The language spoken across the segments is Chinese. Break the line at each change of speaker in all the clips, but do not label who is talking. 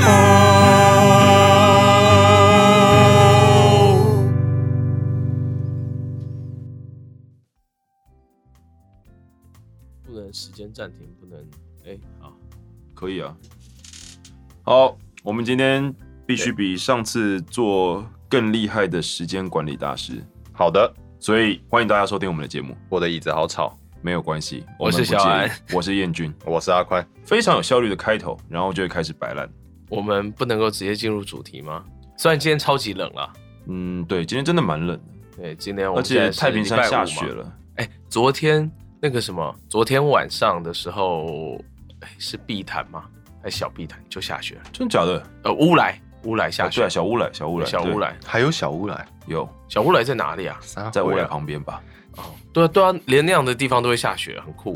好？
不能时间暂停，不能哎、好，
可以啊。好，我们今天必须比上次做更厉害的时间管理大师，
好的，
所以欢迎大家收听我们的节目。
我的椅子好吵，
没有关系，
我是
们不介意
小安，
我是燕君，
我是阿宽。
非常有效率的开头，然后就会开始摆烂。
我们不能够直接进入主题吗？虽然今天超级冷了，
嗯，对，今天真的蛮冷的，
对，今天我
而
哦们现在
且
是
太平山
礼拜五
下
嘛
雪。了。
哎、昨天那个什么，昨天晚上的时候，哎、是碧潭吗？还是小碧潭就下雪了？
真的假的？
呃，乌来，乌来
啊
下雪，
对啊，小乌来，小乌来，
小
对
乌来，
还有小乌来，
有
小乌来在哪里啊？
在乌来
来，
旁边吧，
对啊，对啊，连那样的地方都会下雪，很酷。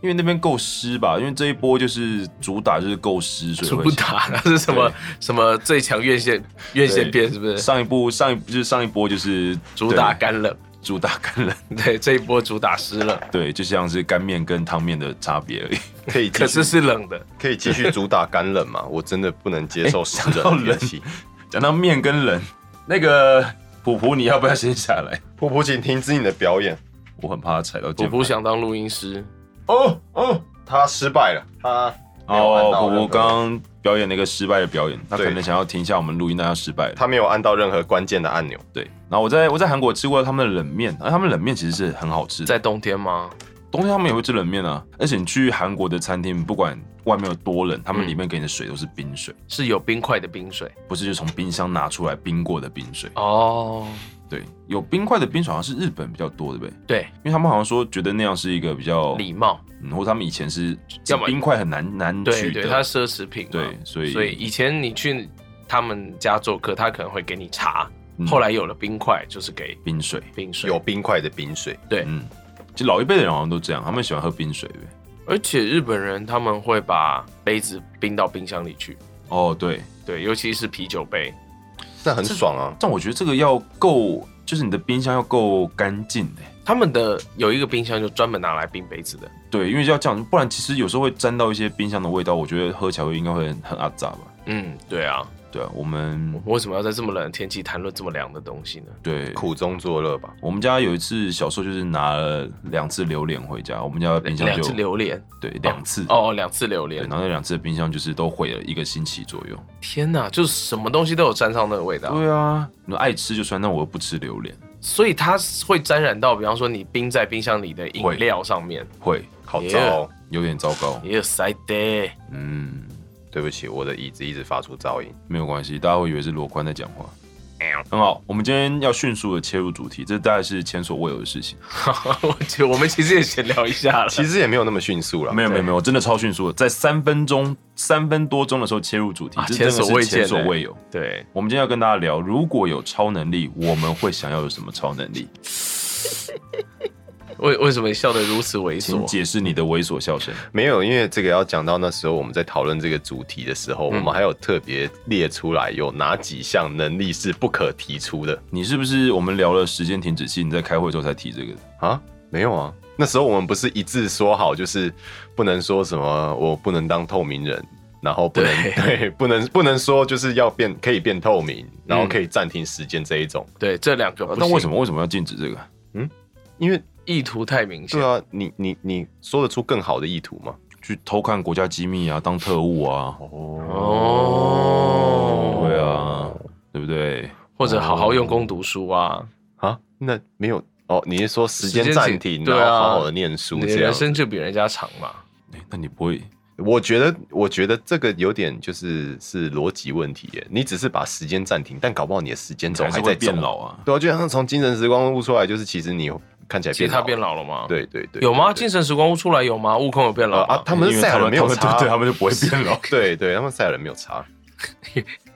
因为那边够湿吧，因为这一波就是主打就是够湿，所以会
主打那是什么什么最强院线院线
对
片是不是？
上一部上一就是上一波就是
主打
对
干冷，
主打干冷，
对，这一波主打湿冷。
对，就像是干面跟汤面的差别而已。
可以
可
继续
是是冷的，
可以继续主打干冷 吗？我真的不能接受湿
到
冷的天气。
讲到面跟冷，那个普普你要不要先下来？
婆婆，请停止你的表演。
我很怕他踩到
我
键
不
盘。
想当录音师，
哦哦，他失败了，他没有按
哦，
到
普
任何
普刚刚表演了一个失败的表演，他可
对
能想要停下我们录音，但他失败了。
他没有按到任何关键的按钮。
对，然后我在我在韩国吃过他们的冷面，而他们冷面其实是很好吃的，
在冬天吗？
冬天他们也会吃冷面啊。而且你去韩国的餐厅，不管外面有多冷，他们
嗯
里面给你的水都是冰水，
是有冰块的冰水
不是就从冰箱拿出来冰过的冰水。
哦。
对，有冰块的冰水好像是日本比较多，对不对？
对，
因为他们好像说觉得那样是一个比较，
礼貌，
嗯，或者他们以前是
要么
冰块很难难
对
取
对，它
的，
是奢侈品嘛。
对所以
所以以前你去他们家做客，他可能会给你茶，
嗯
后来有了冰块，就是给
冰水。
冰水。
有，冰块的冰水，
嗯，其实老一辈的人好像都这样，他们喜欢喝冰水。对不对
而且日本人他们会把杯子冰到冰箱里去，
哦，对，
对，尤其是啤酒杯。
那很爽啊！
但我觉得这个要够，就是你的冰箱要够干净欸的。
他们的有一个冰箱就专门拿来冰杯子的，
对，因为要这样，不然其实有时候会沾到一些冰箱的味道，我觉得喝起来会应该会很很阿杂吧。
嗯，对啊，
对啊，我们
我为什么要在这么冷的天气谈论这么凉的东西呢？
对，
苦中作乐吧。
我们家有一次小时候就是拿了两次榴莲回家，我们家的冰箱
两
就
次榴莲，
对两次
哦，两次榴
对，
莲
然，后那两次的冰箱就是都毁了一个星期左右。
天哪，就是什么东西都有沾上那个味
嗯
道，
对啊，你说爱吃就算，但我又不吃榴莲，
所以它会沾染到，比方说你冰在冰箱里的饮料上面，
会
好糟哦，
有点糟糕。
也有塞得。
嗯，
对不起，我的椅子一直发出噪音。
没有关系，大家会以为是罗宽在讲话。很好，我们今天要迅速的切入主题，这大概是前所未有的事情。
我觉得我们其实也闲聊一下了，
其实也没有那么迅速了，
没有没有
对
没有，我真的超迅速的，在三分钟、三分多钟的时候切入主题，
啊
这真的
前所未
是
见
前
欸
所未有。
对，
我们今天要跟大家聊，如果有超能力，我们会想要有什么超能力？
为为什么你笑得如此猥
请
琐？
解释你的猥琐笑声。
没有，因为这个要讲到那时候我们在讨论这个主题的时
嗯
候，我们还有特别列出来有哪几项能力是不可提出的
你是不是我们聊了时间停止器，你在开会之后才提这个的？
啊？没有啊，那时候我们不是一致说好，就是不能说什么我不能当透明人，然后不能
对 嗯
对不能不能说就是要变可以变透明，然后可以暂停时间这一种，
对，这两个
呃
不行，
但为什么为什么要禁止这个？
因为
意图太明显
对？啊，你你你说得出更好的意图吗？
去偷看国家机密啊，当特务啊？
哦，
对啊，对不对？
或者好好用功读书啊，
啊，那没有哦，你是说时间
时间
暂
停
停，
对
然
啊
后好好的念书
你的
这样
人？生就比人家长嘛。
诶那你不会
我觉得，我觉得这个有点就是是逻辑问题耶。你只是把时间暂停，但搞不好你的时间轴
还是
在
会
走
变。老啊？
对啊，就像从精神时光屋出来，就是其实你看起来
其
变
实他
老，
变老了吗？，
哎对对对，
有吗？
对
精神时光屋出来有吗？悟空有变
呃
老吗
啊，他们
因
是
为
赛亚人没有
他们
差，
对对，他们就不会变 老。
对对，他们赛亚人没有差。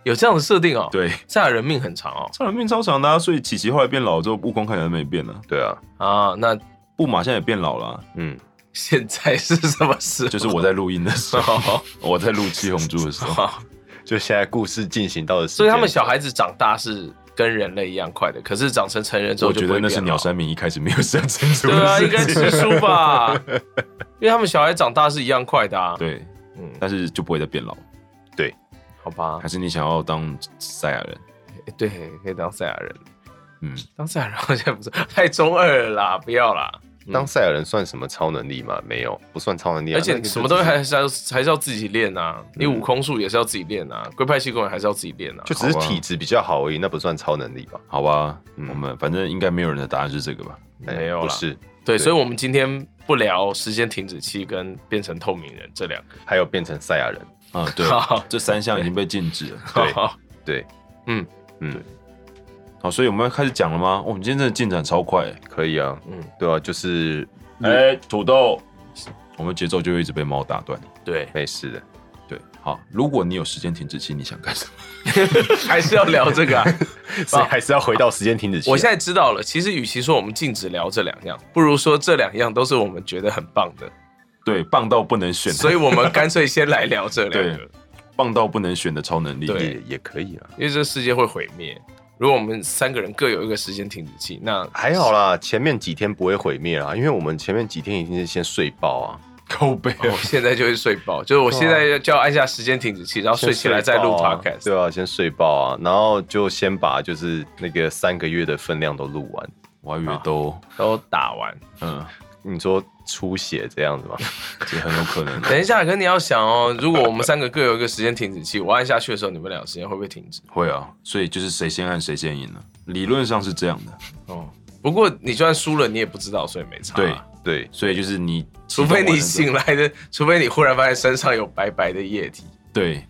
有这样的设定哦。，
对，
赛亚人命很长哦。
超人变超长的、啊，所以 琪琪后来变老之后，悟空看起来没变啊，
对啊，
啊，那
布马现在也变老了啊、
嗯，
现在是什么时候？
就是 我在录音的时候，我在录七红珠的时候，
好，
就现在故事进行到的时间，
所以他们小孩子长大是跟人类一样快的，可是长成成人之后
我
就
觉得
不会
那是
变
鸟
老
山明一开始没有想清楚
对啊，
的
应
事
该
情。
吃书吧，因为他们小孩长大是一样快的 啊。，
对，
嗯，
但是就不会再变老。
好吧
还，是你想要当赛亚人？
诶对，可以当赛亚人，
嗯，
当赛亚人好像不是太中二了啦，不要啦。
嗯当赛亚人算什么超能力吗？没有，不算超能力啊、
而
那
且
个
什么东西
就只
还是要还是要自己练啊，
嗯
你悟空术也是要自己练啊，龟派气功也还是要自己练啊。
就只是
好吧
体质比较好而已，那不算超能力吧？
好吧，
嗯
我们反正应该没有人的答案是这个吧？
哎
没有啦
不是，
对，所以我们今天不聊时间停止器跟变成透明人这两个。
还有变成赛亚人。
啊，对
好，
这三项已经被禁止 了。
对
好，
对，
嗯
嗯，
好，所以我们要开始讲了吗？哦我们今天真的进展超快、欸。
可以啊，
嗯
嗯，对啊，就是
哎、土豆，我们节奏就会一直被猫打断。
对，
没事 的。
对，好，如果你有时间停止期，你想干什么？
还是要聊这个啊。
所以还是要回到时间停止器啊。
我现在知道了，其实与其说我们禁止聊这两样，不如说这两样都是我们觉得很棒的，
对，棒到不能选的，
所以我们干脆先来聊这两个
对，棒到不能选的超能力。
对
也也可以啊啦，
因为这世界会毁灭。如果我们三个人各有一个时间停止器，那
还好啦，前面几天不会毁灭啦，因为我们前面几天已经是先睡爆啊，
靠背、
我现在就会睡爆，就是我现在就要按下时间停止器，然后睡起来再
先
录
睡爆啊
podcast。
对啊，先睡爆啊，然后就先把就是那个三个月的分量都录完。
我还以为
啊
都，
都打完。
嗯，
你说出血这样子 吗？
这很有可能。啊
等一下，可你要想哦，如果我们三个各有一个时间停止器，我按下去的时候，你们俩有时间会不会停止？
会啊，所以就是谁先按谁先赢了，理论上是这样的。
哦，不过你就算输了，你也不知道，所以没差。
对，
对，
所以就是你，
除非你醒，来的， 除非你忽然发现身上有白白的液体。
对，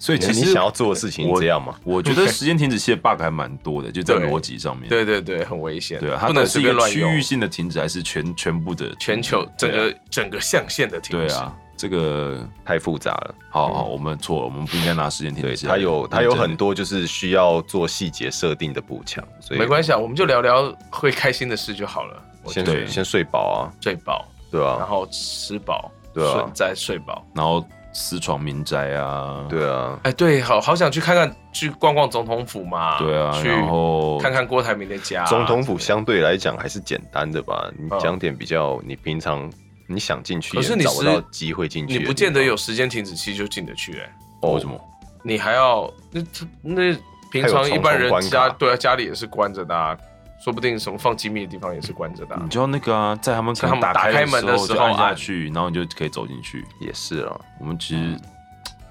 所以
你
其实
你想要做的事情
我
这样吗？
我觉得时间停止器的 bug 还蛮多的，就在
对
逻辑上面。
对对对，很危险。
嗯对啊，它
不能
到底是
随
一
便
个
乱
区
用
域。性的停止，还是全全部的？
全球整个、整个象限的停
啊对
止。
啊，这个
太复杂了。
好
嗯
好，我们错了，我们不应该拿时间停
对，
止器
它
来认
有
证的。
它有很多就是需要做细节设定的补强，所以
没关系啊，我们就聊聊会开心的事就好了。我
先
觉得
对
先睡饱啊，
睡饱，
对吧、
然
啊？
后吃饱，
对啊
睡再睡饱。
然后私闯民宅啊，
对啊，
哎，对，好好想去看看，去逛逛总统府嘛。
对啊，
去
然后
看看郭台铭的家啊。
总统府
之类的。
相对来讲还是简单的吧，你
嗯
讲点比较你平常你想进去，
可是你
找不
是
到机会进去的
你
地方，
不见得有时间停止期就进得去哎、
哦
为什么？
你还要那那平常一般人
还有重重关
家
卡
对啊家里也是关着的、啊，说不定什么放机密的地方也是关着的、啊
你。就要那个啊，在他们可
在他
能
们
打
打开门
的
的
哎
时
就
候
按下
按
去，然后你就可以走进去。
也是啊，
我们其实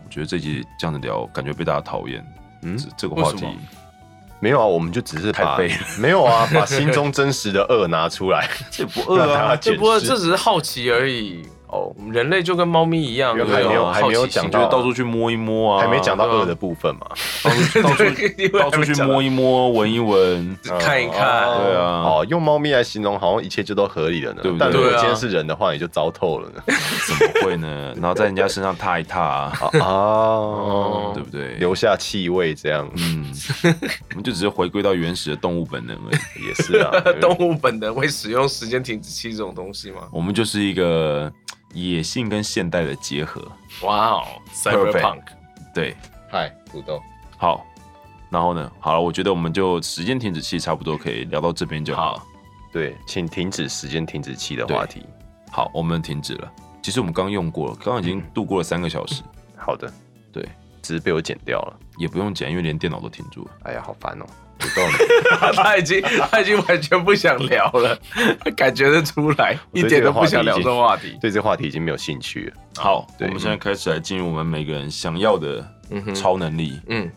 我觉得这集这样子聊，感觉被大家讨厌。嗯
嗯，
这个话
为
题
什么
没有啊，我们就只是把
太背
没有啊，把心中真实的恶拿出来，
这不
让大家
这
解
不过
释
这只是好奇而已哦，我们人类就跟猫咪一样，
原
都
来没有
好
还没有
奇
讲
心
就
到
是到处去摸一摸啊，
还没讲到
对啊
恶的部分嘛。
到处 到
对因
处
为还没
到处去摸一摸，闻一闻，
看一看，
哦
对啊
哦，用猫咪来形容，好像一切就都合理了呢。
对不对
但如果
对啊。
今天是人的话，你就糟透了呢。
怎么会呢？然后在人家身上踏一踏啊，
哦，
对不 对？
留下气味这样
嗯，我们就只是回归到原始的动物本能而已。
也是啊
动物本能会使用时间停止器这种东西吗？
我们就是一个野性跟现代的结合。
哇哦，cyberpunk，
对，
嗨，土豆，
好，然后呢？好了，我觉得我们就时间停止器差不多可以聊到这边就好了。
对，请停止时间停止器的话题。
好，我们停止了。其实我们刚用过了，刚刚已经度过了三个小时，
好的，
对，
只是被我剪掉了。
也不用剪，因为连电脑都停住了。
哎呀，好 烦哦，土豆呢，
他已经他已经完全不想聊了，感觉得出来，一点都不想聊这个话题。
对这话题已经没有兴趣了。
好，我
对
们现在开始来进入我们每个人想要的超能力。
嗯，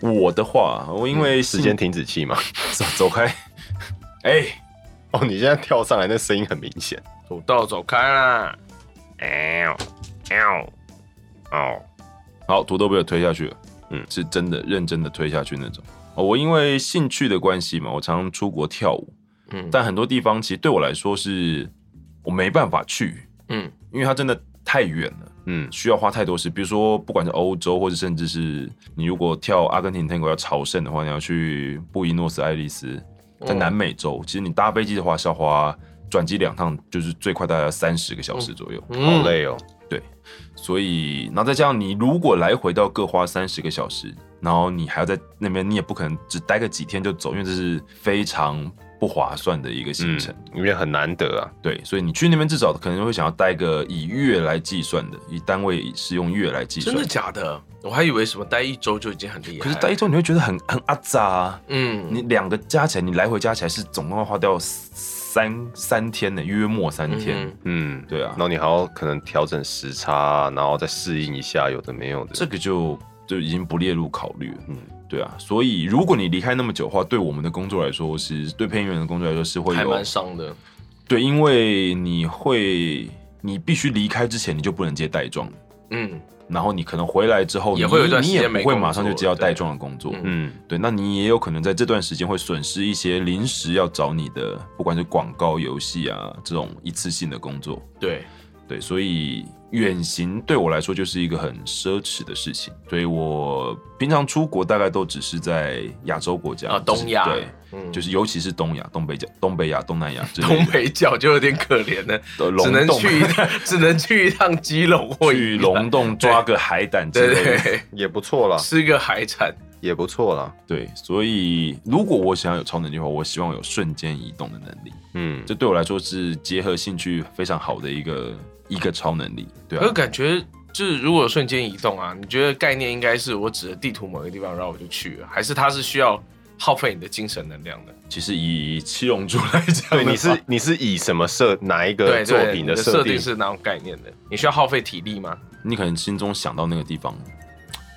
我的话，我因为
时间停止器嘛。
走走开， 哎、
哦，你现在跳上来，那声音很明显。
土豆走开啦！
哦
好，土豆被我推下去了，嗯
嗯，
是真的认真的推下去那种。哦，我因为兴趣的关系嘛，我常常出国跳舞，
嗯
但很多地方其实对我来说是我没办法去，
嗯
因为它真的太远了。
嗯，
需要花太多时，比如说不管是欧洲，或者甚至是你如果跳阿根廷探戈要朝圣
哦
的话，你要去布宜诺斯艾利斯，在南美洲，其实你搭飞机的话是要花转机两趟就是最快大概三十个小时左
嗯
右，
好累哦。
所以，然后再加上你如果来回都要各花三十个小时，然后你还要在那边，你也不可能只待个几天就走，因为这是非常不划算的一个行
嗯
程。，
因为很难得啊。
对，所以你去那边至少可能会想要待个以月来计算的，以单位是用月来计
真
算
的。假的？我还以为什么待一周就已经很厉害了，
可是待一周你会觉得很很阿杂、啊，
嗯，
你两个加起来，你来回加起来是总共要花掉三三天呢、约莫三天。
嗯
嗯，
对啊
然，后你还要可能调整时差啊，然后再适应一下，有的没有的。
这个就就已经不列入考虑。
嗯，
嗯对啊，所以如果你离开那么久的话，对我们的工作来说是，对配音员的工作来说是会
还
有
蛮伤的。
对，因为你会你必须离开之前你就不能接带状，
嗯，
然后你可能回来之后
也
你
会有一段时
你也
间
不
没
会
工
马上就
作
接到
对
带状的工作。嗯
嗯
嗯，
对，那你也有可能在这段时间会损失一些临时要找你的，不管是广告、游戏啊这种一次性的工作。
对，
对，所以远行对我来说就是一个很奢侈的事情。所以我平常出国大概都只是在亚洲国家
啊
就是
东亚
对，
嗯
就是尤其是东亚、东北角、东北亚、东南亚之类的
东北角就有点可怜了，
的龙
只能
洞
去一只能去一趟基隆或
去
宜兰
龙，洞抓个海胆之
对
类的。
对，
也不错啦，
吃个海产。
也不错啦。
对，所以如果我想要有超能力的话，我希望有瞬间移动的能力。
嗯，
这对我来说是结合兴趣非常好的一个一个超能力。对
可是
啊，
感觉就是如果瞬间移动啊，你觉得概念应该是我指着地图某个地方，然后我就去了，还是它是需要耗费你的精神能量的？
其实以七龙珠来讲的话，
对，你是你是以什么设哪一
对，
个作
对
品
你
的
的
设定
定？是哪种概念的？你需要耗费体力吗？
你可能心中想到那个地方，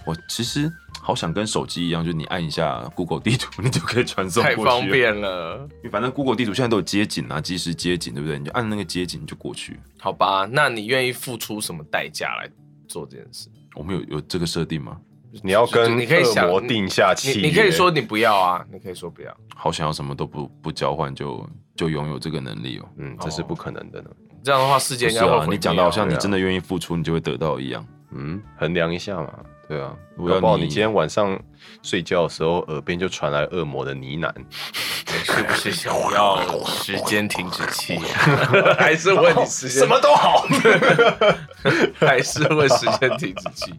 我其实好想跟手机一样，就是你按一下 Google 地图，你就可以传送过
太
去。
方，便了。
反正 Google 地图现在都有街景啊，即时街景，对不对？你就按那个街景你就过去。
好吧，那你愿意付出什么代价来做这件事？
我们有有这个设定吗？
你要跟
你可以想
恶魔定下契
你
约。
你可以说你不要啊，你可以说不要，
好想要什么都不不交换就就拥有这个能力哦。
嗯，这是不可能的呢。
这样的话世界
不
应
是
该会
啊
毁，灭
你讲的好像你
对啊
真的愿意付出，你就会得到一样。
嗯，衡量一下嘛。对啊，
我要
搞不好你
你
今天晚上睡觉的时候，耳边就传来恶魔的呢喃。
啊是不是想要时间停止 器、还是问 你时间？什么都好，还是问时间停止器？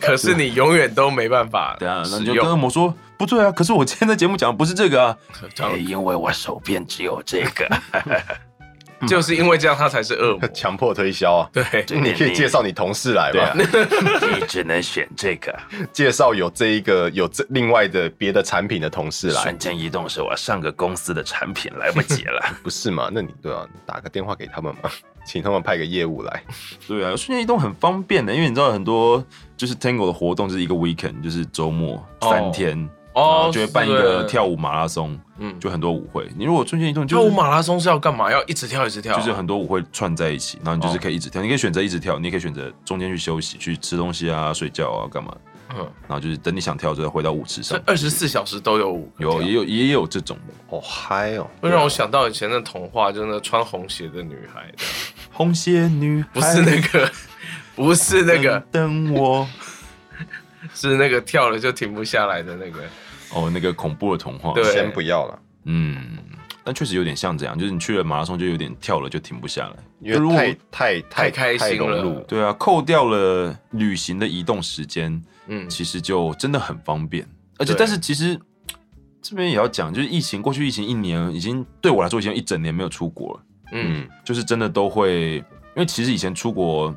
可是你永远都没办法
对啊，那
使
你就跟恶
用。
魔说不对啊，可是我今天的节目讲的不是这个 啊。
这样
哎因为我手边只有这个，
嗯
就是因为这样，他才是恶 魔。
强迫推销啊！
对，啊
你可以介绍你同事来吧，
你只能选这个。
介绍有这一个有这另外的别的产品的同事来
瞬，间移动是我上个公司的产品，来不及 了。
不是嘛？那你对啊，打个电话给他们嘛， 请他们派个业务来。
对啊，瞬间移动很方便的，因为你知道很多就是 Tango 的活动就是一个 weekend，就是周末
哦
三天，然后就会办一个跳舞马拉松，
嗯
就很多舞会。你如果瞬间移动，
跳
就
舞
是
啊马拉松是要干嘛？要一直跳，一直跳啊，
就是很多舞会串在一起，然后你
哦
就是可以一直跳，你可以选择一直跳，你也可以选择中间去休息、去吃东西啊、睡觉啊、干嘛，
嗯，
然后就是等你想跳之后回到舞池上
这。二十四小时都有舞可
有
跳
也有也有这种的，
好嗨哦！
会让我想到以前的童话，就是那穿红鞋的女孩，
红鞋女
不是那个， 嗯不是那个，
等我
是那个跳了就停不下来的那个。
哦，那个恐怖的童话，
对
先不要了，
嗯，但确实有点像这样，就是你去了马拉松就有点跳了就停不下来。
因
如果
为太太
太开心
融
了
入
对啊，扣掉了旅行的移动时间，
嗯，
其实就真的很方便。而且，
对
但是其实这边也要讲，就是疫情过去疫情一年，已经对我来说已经一整年没有出国了，
嗯，
就是真的都会，因为其实以前出国，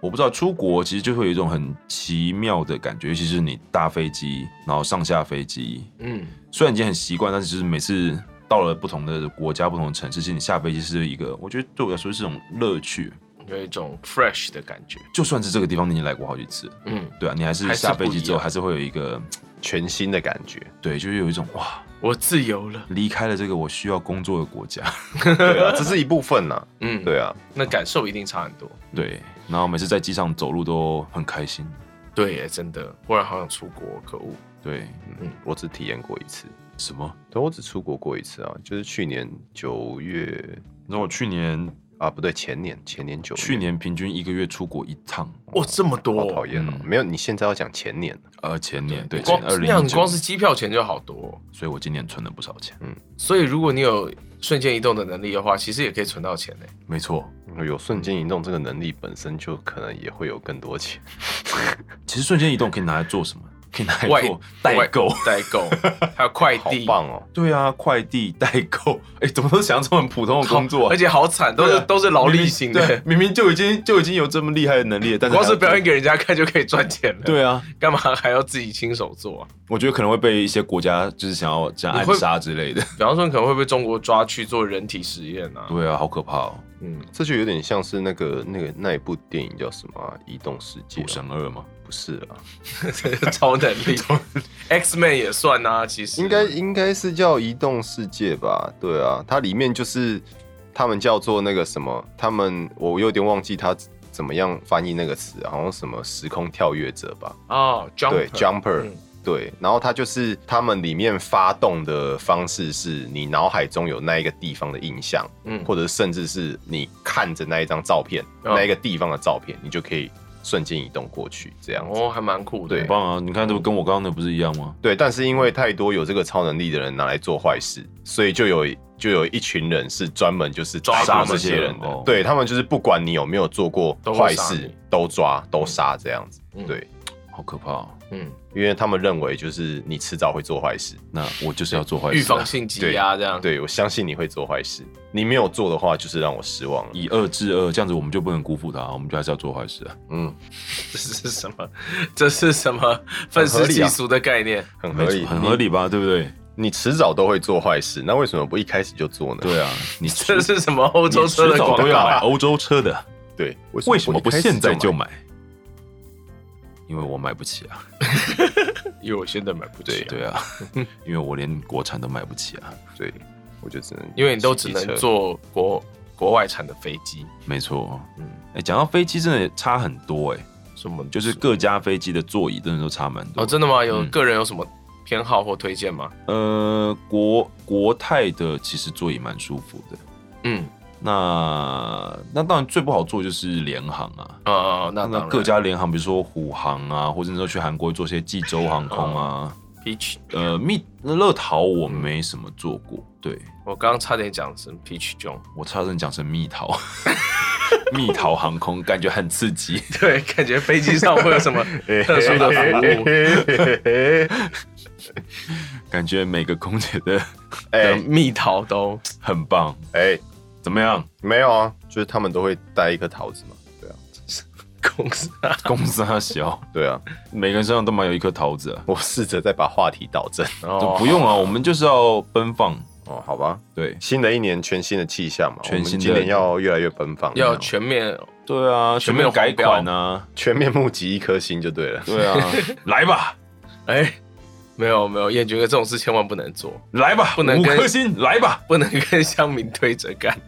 我不知道出国其实就会有一种很奇妙的感觉，尤其是你搭飞机，然后上下飞机，
嗯，
虽然已经很习惯，但是就是每次到了不同的国家、不同的城市，其实你下飞机是一个，我觉得对我来说是一种乐趣。
嗯有一种 fresh 的感觉。
就算是这个地方你已经来过好几次，
嗯，
对啊，你还是
还是
下飞机之后
不一样
还是会有一个，
全新的感觉，
对，就是有一种哇，
我自由了。
离开了这个我需要工作的国家，
对啊，这是一部分啦。
嗯，
对，啊，
那感受一定差很多。
对，然后每次在机上走路都很开心，
对耶，真的，忽然好想出国，可恶。
对，
我只体验过一次，
什么？
对，我只出国过一次啊，就是去年九月
你知道我去年
啊，不对，前年前年九月
去年平均一个月出国一趟，
哇，这么
好
多，
讨厌哦，
嗯
没有，你现在要讲前年，
呃，前年对，前
光
二
那
零
样
一
你光
九，
是机票钱就好多哦、
所以我今年存了不少钱，
所以如果你有瞬间移动的能力的话，其实也可以存到钱呢。
没错。
有瞬
嗯
间移动这个能力本身就可能也会有更多钱，
其实瞬间移动可以拿来做什么？可以拿来
外
做代购。
外代购，还有快
好
递，
棒哦！
对啊，快递代购， 哎，怎么都想这种很普通的工作啊，
而且好惨，都是
对啊
都是劳力型
对
的，，
明 明就已经就已经有这么厉害的能力了，但是
光是
还要
表演给人家看就可以赚钱了。
做。，对啊，
干嘛还要自己亲手做啊？
我觉得可能会被一些国家就是想要这样
你
暗
会
杀之类的。
比方说，你可能会被中国抓去做人体实验啊。
对啊，好可怕哦！
嗯，
这就有点像是那个那个那一部电影叫什么啊、移动世界
赌
啊》
神二嘛，
不是啊，
嗯 超能 力，X Man 也算啊，其实
应该应该是叫《移动世界》吧？对啊，它里面就是他们叫做那个什么，他们我有点忘记他怎么样翻译那个词，好像什么时空跳跃者吧？
哦，Jumper，
对，Jumper，、
嗯
对，然后它就是他们里面发动的方式是你脑海中有那一个地方的印象，
嗯
或者甚至是你看着那一张照片，
哦
那一个地方的照片，你就可以瞬间移动过去这样子。
哦，还蛮酷的。
对
很棒啊！你看，这不跟我刚刚的不是一样吗？
对，但是因为太多有这个超能力的人拿来做坏事，所以就有就有一群人是专门就是抓
杀
住这
这
些
些
人
人
的，
哦
对他们就是不管你有没有做过
都会
坏
杀
事
你，
都抓都杀这样子。
嗯
对，
好可怕、哦！
嗯，
因为他们认为就是你迟早会做坏事，
那我就是要做坏事、啊，
预防性积压这样。
对我相信你会做坏事，你没有做的话就是让我失望了。
以恶制恶，这样子我们就不能辜负他，我们就还是要做坏事啊。
嗯，
这是什么？ 这是什么愤世嫉俗的概念？
很合
没
理，
错，很合啊
理
理吧？对不对？
你。你迟早都会做坏事，那为什么不一开始就做呢？
对啊， 你迟
这是什么欧洲
你
车的
迟早
广
都要买
告？
欧洲车的，
对，
为什么不
一开始
现在就
买？
买？因为我买不起啊。
因为我现在买不
对
起。
对啊，因为我连国产都买不起啊。
对，我就只能
因为你都只
骑机
能
车
坐国国外产的飞机，
没错，
嗯
嗯，哎，讲到飞机真的差很多哎、
什么
就是各家飞机的座椅真的都差蛮多。
哦，真的吗？有
嗯
个人有什么偏好或推荐吗？
呃，国国泰的其实座椅蛮舒服的。
嗯，
那那当然最不好坐就是联航啊，
哦，那
那
当
各家联航，比如说虎航啊，或者那时候去韩国做些济州航空啊，
Peach，
呃，蜜乐桃我没什么做过，对
我刚刚差点讲成 Peach John，
我差点讲成蜜桃， 蜜桃航空感觉很刺激，
对，感觉飞机上会有 什么特殊的服务？
哎
感觉每个空姐的
的
哎
蜜桃都
很棒，
哎，
怎么样？
没有啊，就是他们都会带一颗桃子嘛。对啊，
公司
公司啊小，
对啊，
每个人身上都蛮有一颗桃子啊，
我试着再把话题导正。
就
哦
不用啊，我们就是要奔放，
哦，好吧，
对
新的一年全新的气象嘛，
全新的
我们今年要越来越奔放，
要全面
对啊，
全
全
面
面改
黄标
款啊，
全面募集一颗星就对了。
对啊，来吧
哎、没有没有，燕觉得这种事千万不能做，
来吧，
不能
五
跟
颗星来吧，
不能跟乡民对着干。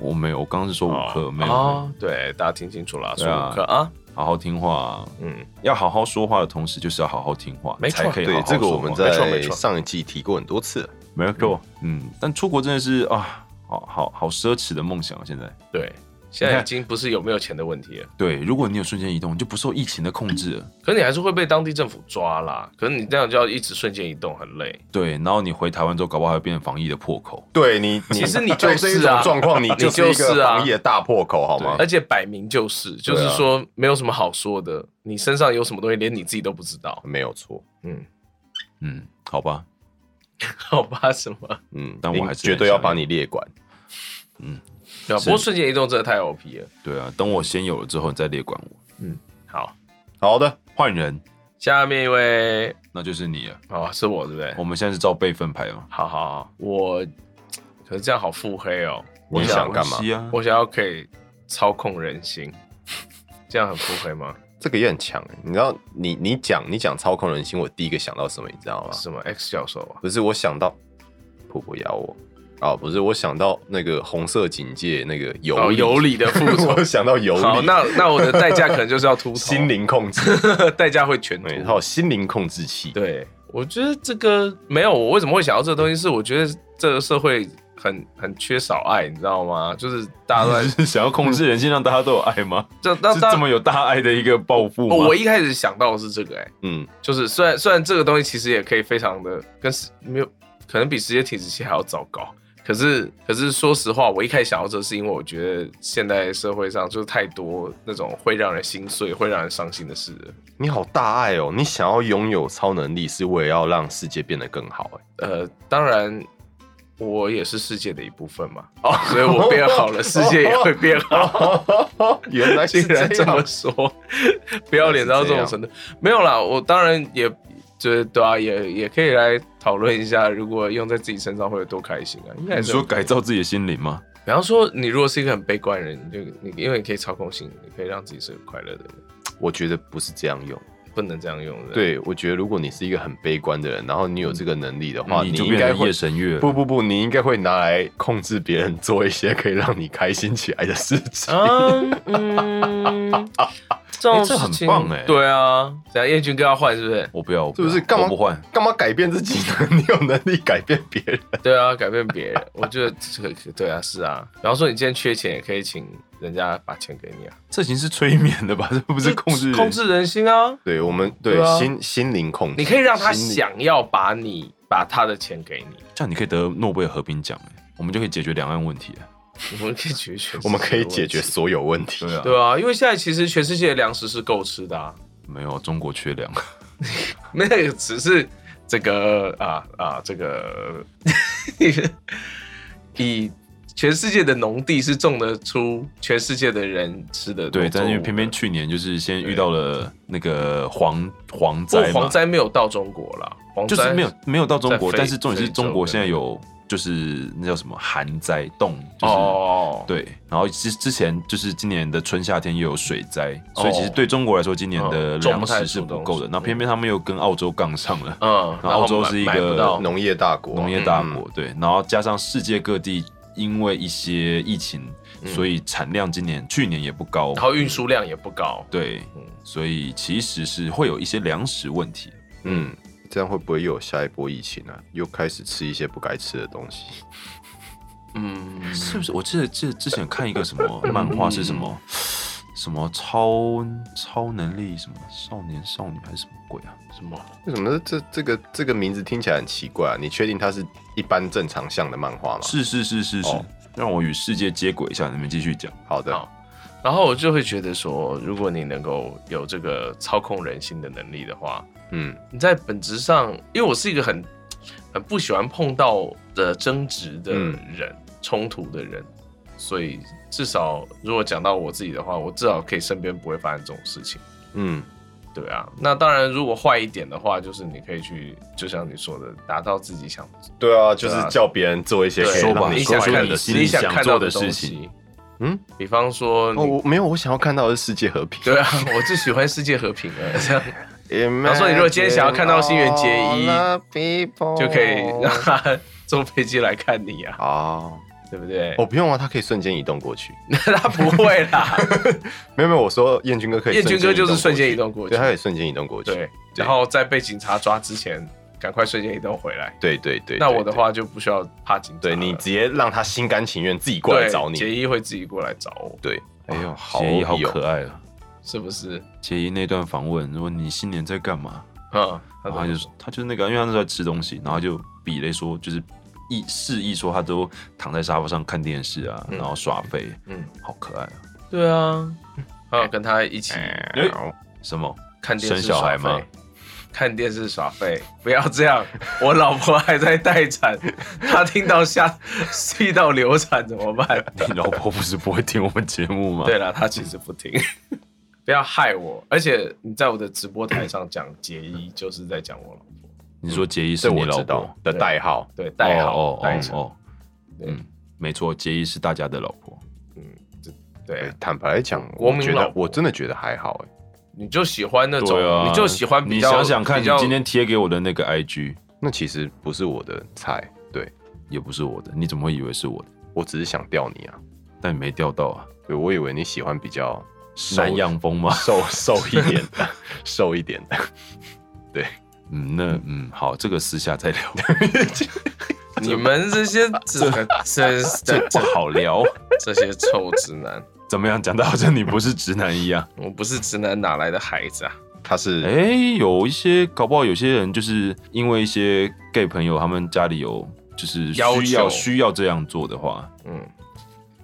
我没有，我刚刚是说五颗，没有，
哦，对，大家听清楚了，说
对啊
五克啊，
好好听话，啊
嗯，
要好好说话的同时，就是要好好听话，
没错
才可以好
对
好，说话
这个我们
没错没
在
错
上一季提过很多次了。
没错，嗯，但出国真的是啊，好好好奢侈的梦想啊！现在，
对，现在
你
已
看
经不是有没有钱的问题了。
对，如果你有瞬间移动，你就不受疫情的控制了，
可你还是会被当地政府抓啦。可是你这样就要一直瞬间移动，很累。
对，然后你回台湾之后，搞不好还会变成防疫的破口，
对你，你
其实你就是啊
对这种状况，你
你就是
是一个
啊
防疫的大破口，好吗
而？且摆明就是，就是说没有什么好说的，你身上有什么东西，连你自己都不知道。
没有错，
嗯，
嗯，好吧，
好吧，什么？
嗯，
但我还是
绝对要把你列管。
对啊，不过瞬间移动真的太 OP 了。
对啊，等我先有了之后，你再列管我，
好，
好的，
换人，
下面一位，
那就是你了。
哦，是我对不对？
我们现在是照备份牌嘛？
好好好，我可是这样好腹黑哦。
你想干嘛？
没有关系啊？
我想要可以操控人心，这样很腹黑吗？
这个也很强欸，你知道，你你讲你讲操控人心，我第一个想到什么，你知道吗
是？什么 X 教授啊？
不是我想到婆婆咬我啊，不是我想到那个红色警戒那个有
哦，有理的复
我
仇。
想到有
好，
理，
那那 我的代价可能就是要 秃头，
心灵控制，
代价会全
对，
秃。
还有心灵控制器，
对，我觉得这个没有，我为什么会想到这个东西？是我觉得这个社会很 很缺少爱，你知道吗？就是大 家都在
是想要控制人性，让大家都有 爱吗？
这那
是
那
这么有大爱的一个抱负吗？
哦我一开始想到的是这个、哎，
嗯，
就是虽然虽然这个东西其实也可以非常的跟时没有可能比时间停止期还要糟糕，可是可是说实话，我一开始想到这是因为我觉得现在社会上就是太多那种会让人心碎、会让人伤心的事了。
你好大爱哦！你想要拥有超能力，是为了要让世界变得更好、 哎，
呃，当然。我也是世界的一部分嘛，
哦
所以我变好 了，世界也会变好。
原来是
竟然
这
这么
样。
说，不要脸到这种程度，没有啦，我当然也就是对啊，也也可以来讨论一下，如果用在自己身上会有多开心啊。应该
你
也是
说，改造自己的心灵 吗？
比方说你如果是一个很悲观的人，你就你因为你可以操控性，你可以让自己是个快乐的人，
我觉得不是这样用。
不能这样用的。，
对，我觉得如果你是一个很悲观的人，然后你有这个能力的话，
嗯你
啊你
就
应
变
该
成
会
夜神月了。
不不不，你应该会拿来控制别人做一些可以让你开心起来的事情。
嗯嗯， 这种
欸这
事
很
情
棒欸
对啊，怎样燕军跟他换是不是？
我不要，我
是不是
要
干嘛
我不换？
干嘛改变自己呢？你有能力改变别人，
对啊，改变别人，我觉得这个对啊，是啊。比方说你今天缺钱，也可以请人家把钱给你啊。
这已经是催眠的吧？ 这不是控制人
控制人心啊！
对我们对
对啊
心心灵控制，
你可以让他
心灵，
想要把你把他的钱给你，
这样你可以得诺贝尔和平奖哎，我们就可以解决两岸问题了。啊
我们可以解决，
我们可以解决。所有问题。
对啊，
对啊，因为现在其实全世界的粮食是够吃的啊，
没有中国缺粮，
那个只是啊这个啊啊这个呃以全世界的农地是种得出全世界的人吃的
对，
农作
但是因为
物
偏偏
的
去年就是先遇到了那个蝗蝗
不过
灾嘛，
蝗灾没有到中国啦，蝗
就
灾
是没有没有到中国，
在非
但是重点是
非洲
中国
的
现在有就是那叫什么寒灾冻，就是。
哦，
对，然后之之前就是今年的春夏天也有水灾，所以其实
哦
对中国来说，今年的
嗯种
粮
不太
食是
出
不
东
够的。
西
那偏偏他们又跟澳洲杠上了，
嗯，
然后澳洲
买
是一
买不
个
到
农业大国，
农业大
嗯
国，对，然后加上世界各地因为一些疫情，所以产量今年去年也不高，
嗯然后运输量也不高，
对
嗯，
所以其实是会有一些粮食问题。
嗯，这样会不会又有下一波疫情啊？又开始吃一些不该吃的东西？
嗯，
是不是？我记得记得之前看一个什么
嗯
漫画是什么什么超超能力什么少年少女还是什么鬼啊？
什么？
为什么这这个这个名字听起来很奇怪啊？你确定它是一般正常向的漫画吗？
是是是是是
哦，
让我与世界接轨一下，你们继续讲。
好的，
好然后我就会觉得说，如果你能够有这个操控人心的能力的话，
嗯，
你在本质上，因为我是一个很很不喜欢碰到的争执的人、
嗯
冲突的人，所以至少如果讲到我自己的话，我至少可以身边不会发生这种事情。
嗯，
对啊，那当然，如果坏一点的话，就是你可以去，就像你说的，达到自己想
对啊，就是
对啊
叫别人做一些可以
说吧
让
你
你
说
想
快乐
看
的
你
事。
心
你
里
想
想
看
做
到
的
东
事
西
情。
嗯，
比方说你，
哦，我没有，我想要看到的是世界和平。
对啊，我最喜欢世界和平了， 这样
Imagine
后说你如果今天想要看到新垣结衣
all the people
就可以让他坐飞机来看你啊，
哦，
对不对？
哦，不用啊，他可以瞬间移动过去。
他不会 啦，
没有没有，我说燕军哥可以
燕
瞬间移动过去，
军哥就是瞬间移动过去
对，他可以瞬间移动过去。
对，然后在被警察抓之前，赶快瞬间移动回来。
对对对，
那我
对
的，话就不需要怕警察
对
了，
对你直接让他心甘情愿自己过来
对
找你。
杰一会自己过来找我，
对，哎呦，好
杰一好
有
可爱啊！
是不是？
杰一那段访问，如果你新年在干嘛？
嗯，
然后
怎么
他就
说
说他就是那个，因为他那时候在吃东西，然后他就比了说，就是意示意说他都躺在沙发上看电视啊，然后耍飞，
嗯
嗯，好可爱啊！
对啊，还有跟他一起
什么？
看电视
哎生小孩
耍
吗
废？ 看电视耍废，不要这样！ 我老婆还在待产， 她听到下气到流产怎 么办？
你老婆不是不会听我们节目吗？
对，了，她其实不听，不要害我。而且你在我的直播台上讲杰一，就是在讲我老婆，
你说杰一是
这
你
我
老
知
婆
道，的代号。
对，代
哦
号
哦
代
哦
称，
哦，
对
嗯，没错，杰一是大家的老婆。
嗯对啊
哎，坦白来讲，
国
我
民
觉
老
得
婆
我真的觉得还好。哎，
你就喜欢那种
对，啊，
你就喜欢比
你
较，
想想看，
比
你
较
今天贴给我的那个 IG
那其实不是我的菜，对
也不是我的，你怎么会以为是我的？
我只是想钓你啊。
但你没钓到啊，
对，我以为你喜欢比较瘦
南洋风 吗？
瘦瘦一点的，瘦一点的。
嗯 嗯，那嗯，好，这个私下再聊。
你们这些 这这
这
这
不好聊。
这些臭直男，
怎么样？讲的好像你不是直男一样。
我不是直男哪来的孩子啊？
他是
哎、有一些搞不好有些人就是因为一些 gay 朋友，他们家里有就是需
要
要
求
需要这样做的话，
嗯，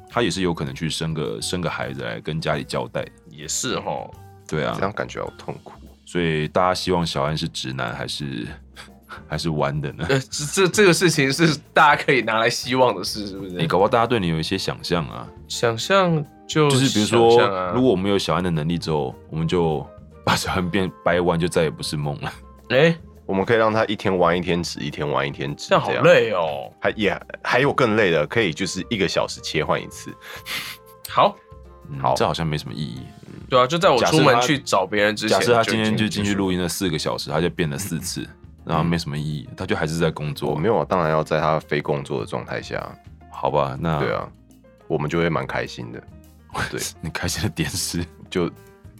他也是有可能去生个生个孩子来跟家里交代的。
也是哦哈。
对啊
这，样感觉好痛苦。
所以大家希望小安是直男还是 还是弯的呢？
呃，这这这个事情是大家可以拿来希望的事，是不
你、
是？
搞不好大家对你有一些想象啊，
想象就
就是比如
想
说，
象啊
如果我们有小安的能力之后，我们就把小安变 掰弯，就再也不是梦了。
哎、
我们可以让他一天玩一天纸，一天玩一天纸，
这样好累哦。
还也还有更累的，可以就是一个小时切换一次。
好，
嗯
好
这好像没什么意义。
对啊，就在我
假设
出门
他
去找别人之前，
假设他今天就进去
录，
录音了四个小时，他就变了四次，
嗯
然后没什么意义，他就还是在工
我
作。
没有，啊当然要在他非工作的状态下，
好吧，那
对，啊，我们就会蛮开心的，对，
你开心的点是，
就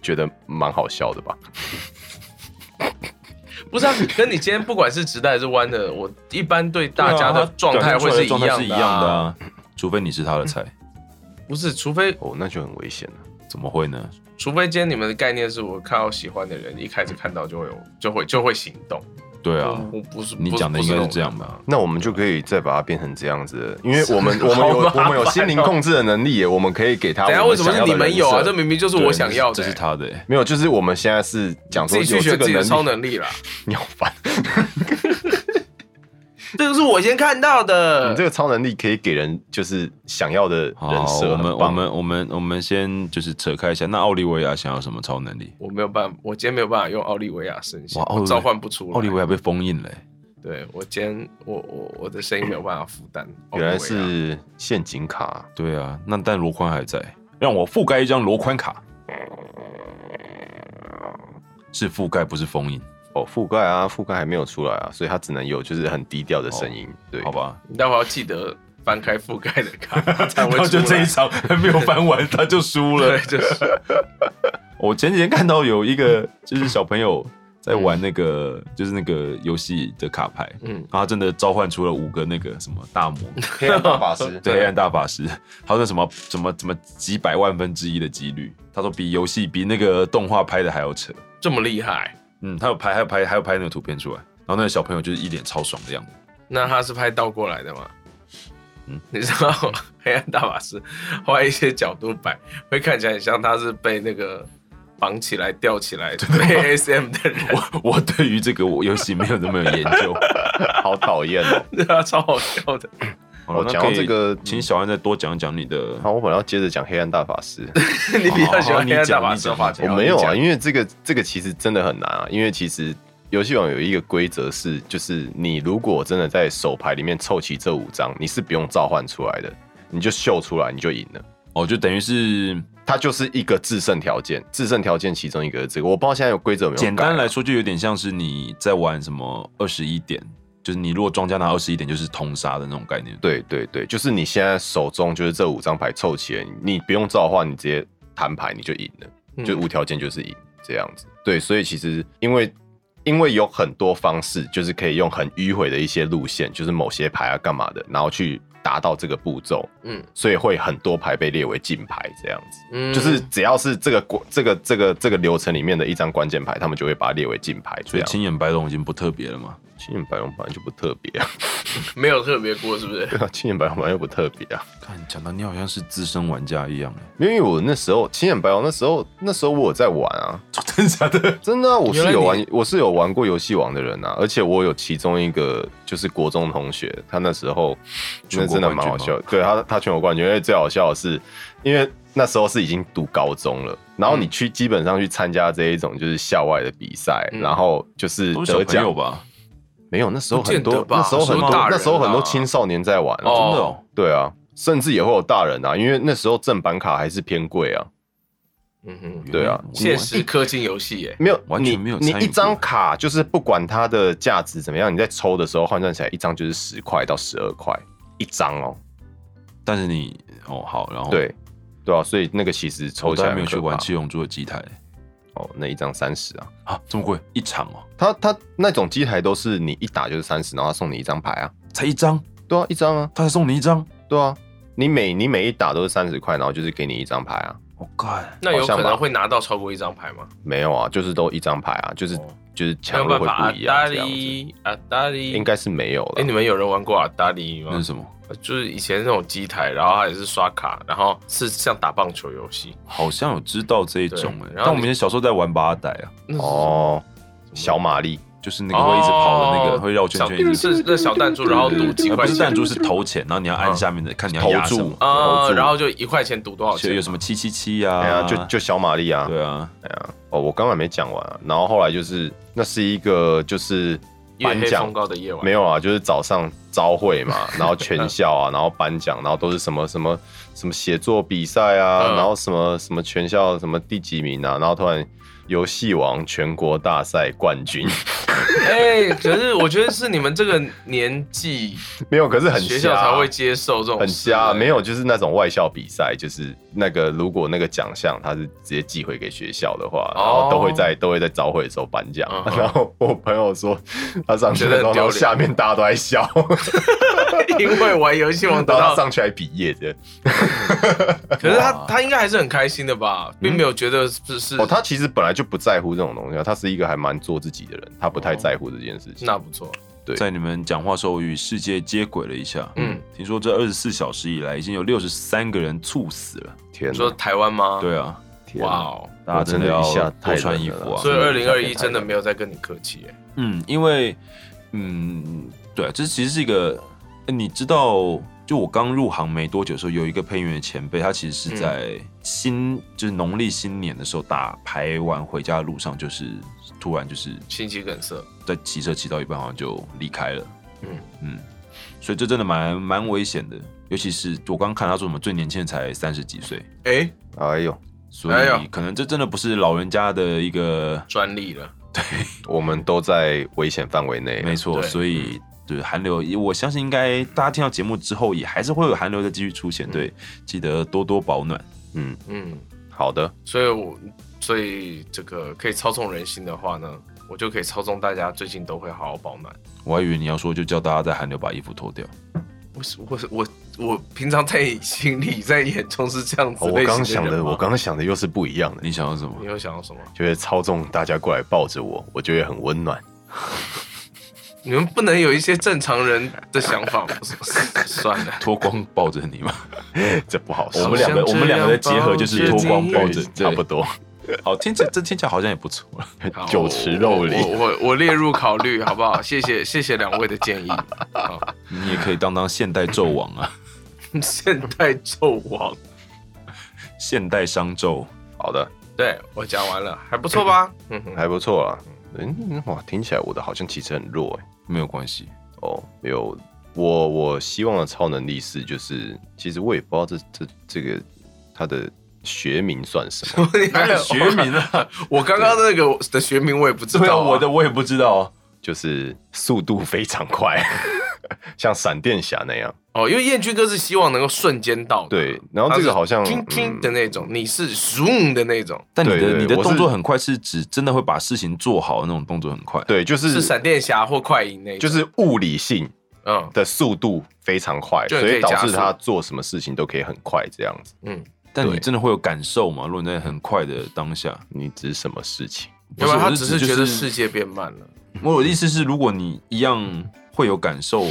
觉得蛮好笑的吧。
不是啊？跟你今天不管是直的还是弯的，我一般 对大家
啊
的状态会
是
是一样的啊、
是一样的 啊，除非你是他的菜，
不是，除非
哦，那就很危险了。
怎么会呢？
除非今天你们的概念是我看到喜欢的人，一开始看到就会有就会就会行动。
对啊，
我不是
你讲的应该是这样？吧？
那我们就可以再把它变成这样子了， 因为我们我们有
好麻烦
我
哦
们有心灵控制的能力耶，我们可以给他
不是不是那
啊我想要
种等一下为什么是
的
你们有啊？
人设
这明明就是我想要的、
这是他的欸，
没有，就是我们现在是讲说
自己
有
去
这
学自
个
己的超
能力，
能力啦。
你好烦，
这个是我先看到的。
你这个超能力可以给人就是想要的
好，
人设，
我们
很
我
棒
们我们我们先就是扯开一下，那奥利维亚想要什么超能力？
我没有办法，我今天没有办法用奥利维亚声线，
哇奥利
我召唤不出来。
奥利维亚被封印了欸，
对我今天我我我的声音没有办法负担。
原来
奥利维亚
是陷阱卡，
对啊，那但罗宽还在，让我覆盖一张罗宽卡，是覆盖不是封印，
哦，覆盖啊，覆盖还没有出来啊，所以它只能有就是很低调的声音，对，
哦好，吧？
你待会要记得翻开覆盖的卡，才
然
会出
后
来
就这一场还没有翻完，他就输了
对，。就是
我前几天看到有一个就是小朋友在玩那个、就是那个游戏的卡牌，嗯，然后他真的召唤出了五个那个什么大魔，
黑暗大法师，
对，黑暗大法师，他说什么什么什么几百万分之一的几率，他说比游戏比那个动画拍的还要扯。
这么厉害。
嗯，他有拍，还有拍，还有拍那个图片出来。然后那个小朋友就是一脸超爽的样子。
那他是拍倒过来的吗？
嗯
你知道黑暗大法师换一些角度摆，会看起来很像他是被那个绑起来、吊起 来被 ASM 的人，
我 我对于这个我游戏没有那么有研 究。
好讨厌哦。
对啊， 超好笑 的。
好了
我
那
讲到
可以
这个
请小安再多讲一讲你的。
好，我本来要接着讲黑暗大法师，
哦你比较喜
好好
欢
你
黑暗大
讲
法
你
师
讲
的话题
我
吗？
没有啊，
你
因为这个这个其实真的很难啊，因为其实游戏网有一个规则是，就是你如果真的在手牌里面凑齐这五张，你是不用召唤出来的，你就秀出来你就赢了。
哦，就等于是
它就是一个制胜条件，制胜条件其中一个是这个，我不知道现在有规则有没有改啊
简单来说，就有点像是你在玩什么二十一点，就是你如果庄家拿二十一点，就是通杀的那种概念。
对对对，就是你现在手中就是这五张牌凑齐了，你你不用召唤，你直接摊牌你就赢
嗯
了，就无条件就是赢这样子。对，所以其实因为因为有很多方式，就是可以用很迂回的一些路线，就是某些牌啊干嘛的，然后去达到这个步骤，
嗯
所以会很多牌被列为禁牌这样子。
嗯
就是只要是这个关这个这个这个流程里面的一张关键牌，他们就会把它列为禁牌。这
所以
样，
青眼白龙已经不特别了嘛。
青眼白龙本来就不特别啊，
没有特别过，是不是？
对啊， 青眼白龙本来就不特别啊。
看，讲到你好像是资深玩家一样，欸
因为我那时候青眼白龙，那时候那时候我有在玩啊，
真的假的？
真的啊、我是有
原来
玩，我是有玩过游戏王的人啊，而且我有其中一个就是国中同学，他那时候
全
那
国
真的蛮好笑的，对他他全国冠军，而且最好笑的是，因为那时候是已经读高中了，然后
嗯
你去基本上去参加这一种就是校外的比赛，
嗯
然后就是
都是小
得
朋
奖
友吧？
没有，那时候很
不见
多
得，吧
那时候很
那时
多
候大人，啊
那时候很多青少年在玩、啊，
哦
真的哦，
对啊，甚至也会有大人啊，因为那时候正版卡还是偏贵啊。
嗯哼，
对啊
原来
现实氪金游戏耶，
没有，
完全
你
没有
你
参与
一张
过
卡就是不管它的价值怎么样，你在抽的时候换算起来，一张就是十块到十二块一张哦。
但是你哦好，然后，
对，对啊，所以那个其实抽
我
起
都
来
还没有
很可
去玩
怕
七龙珠的机台
哦，那一张三十啊，
啊，这么贵一场哦，
它它那种机台都是你一打就是三十，然后它送你一张牌啊。
才一张，
对啊，一张啊，
他才送你一张。
对啊，你每你每一打都是三十块，然后就是给你一张牌啊，
我 God，
那有可
好像
能
吧
会拿到超过一张牌吗？
没有啊，就是都一张牌啊，就是、
哦
就是
没有
强弱
办
会
法，阿
不一
达
样这样子，
利，阿达利
应。该是没有
哎，
了
你。们有人玩过阿达利
那
吗
是？什么？
就是以前那种机台，然后它也是刷卡，然后是像打棒球游戏。
好像有知道这一种哎、
对然
但
后
我
你
们以前小时候在玩八代啊，
那是
哦，小玛丽，
就是那个会一直跑的那个，
哦
会绕圈圈一
小
直
是那小弹珠，然后赌几
呃
块
不是弹
钱嗯
珠是投钱，然后你要按下面的看你要
投
压什
注
么，哦
啊，然后就一块钱赌多少
就
钱？
有什么七七七
啊
呀，
哎呀，就就小玛丽啊，
对啊，
哎呀，哦，我刚才没讲完啊，然后后来就是那是一个就是
月
颁
黑
奖
风高的夜晚
没有啊，就是早上招会 嘛，然后全校啊，然后颁奖，然后都是什么什么什么写作比赛啊，
嗯
然后什么什么全校什么第几名啊，然后突然游戏王全国大赛冠军，
哎、可是我觉得是你们这个年 纪，
没有，可是很
学校
瞎啊
才会接受这种
很
事
瞎，
哎
没有，就是那种外校比赛，就是那个如果那个奖项它是直接寄回给学校的话，然后都会在都会在招会的时候颁奖
哦嗯。哼
然后我朋友说，他上去
觉得
的时
很
候，然
丢脸
后下面大家都在笑，
因为玩游戏王得
然后他
到，
上去还比耶的。
可是他他应该还是很开心的吧，并没有觉得是是
哦，他其实本来就不在乎这种东西啊，他是一个还蛮做自己的人，他不太在乎这件事情。
那不错，
对
在你们讲话时候与世界接轨了一下。
嗯，
听说这二十四小时以来，已经有六十三个人猝死了。
天
你说
哪，
台湾吗？，
对啊，
天
哇
哪，
哦，
大家真的要
我真的一下
多
太
穿
冷
衣
了
服啊
啦。
所以二
嗯
零二一真的没有在跟你客气、哎，
嗯，因为，嗯，对啊，这其实是一个，呃你知道，就我刚入行没多久的时候，有一个配音员的前辈，他其实是在新，就是农历新年的时候打牌完回家的路上，就是突然就是
心肌梗塞，
在骑车骑到一半，好像就离开了。嗯
嗯
嗯，所以这真的蛮蛮危险的，尤其是我刚看他说什么最年轻的才三十几岁，
哎、
哎呦，
所
哎呦
以可能这真的不是老人家的一个
专利了，
我们都在危险范围内啊。
没错，
哎对嗯
所以对韩流，我相信应该大家听到节目之后，也还是会有韩流的继续出现。对，记得多多保暖。
嗯，
嗯，
好的，
所以我所以这个可以操纵人心的话呢，我就可以操纵大家最近都会好好保暖。
我还以为你要说就叫大家在韩流把衣服脱掉，
我是我是我我平常在心里在眼中是这样子
哦我
类型
刚想
人
的，
吗
我刚想的又是不一样的。
你想要什么？
你有想到什么？
就会操纵大家过来抱着我，我就会很温暖。
你们不能有一些正常人的想法 吗？算了，
脱光抱着你吗？
这不好说。
我们两个我们两个的结合就是脱
哦
光抱着，
差不
多。
多，
好，听起来这听起来好像也不错。
好
酒池肉林
我我我列入考虑，好不好？谢谢谢谢两位的建议。好，
你也可以当当现代纣王啊，
现代纣王，
现代商纣。
好的，
对我讲完了，还不错吧？嗯哼，
还不错啦。嗯，哇，听起来我的好像其实很弱哎、
没有关系，
哦，没有，我我希望的超能力是，就是其实我也不知道这这这个它的学名算什 么。
你还有
学名啊，
我刚刚那个的学名我也不知
对啊，
道啊、
我的我也不知道啊。
就是速度非常快， 像闪电侠那样。
哦，因为燕军哥是希望能够瞬间到的，
对然后这个好像嗯
军军的那种，你是 zoom 的那种，
但你
对
的
对
你的
我是
动作很快，是指真的会把事情做好的那种动作很快。
对，嗯就是
是闪电侠或快银那种，
就是物理性
嗯
的速度非常快，
就
所
你可以
以导致
加速
他做什么事情都可以很快这样子。
嗯，
但你
对
真的会有感受吗？如果你在很快的当下，
你指什么事情？
不
要不然他
我
只是觉
就
得世界变慢了。
我的意思是，如果你一样会有感受，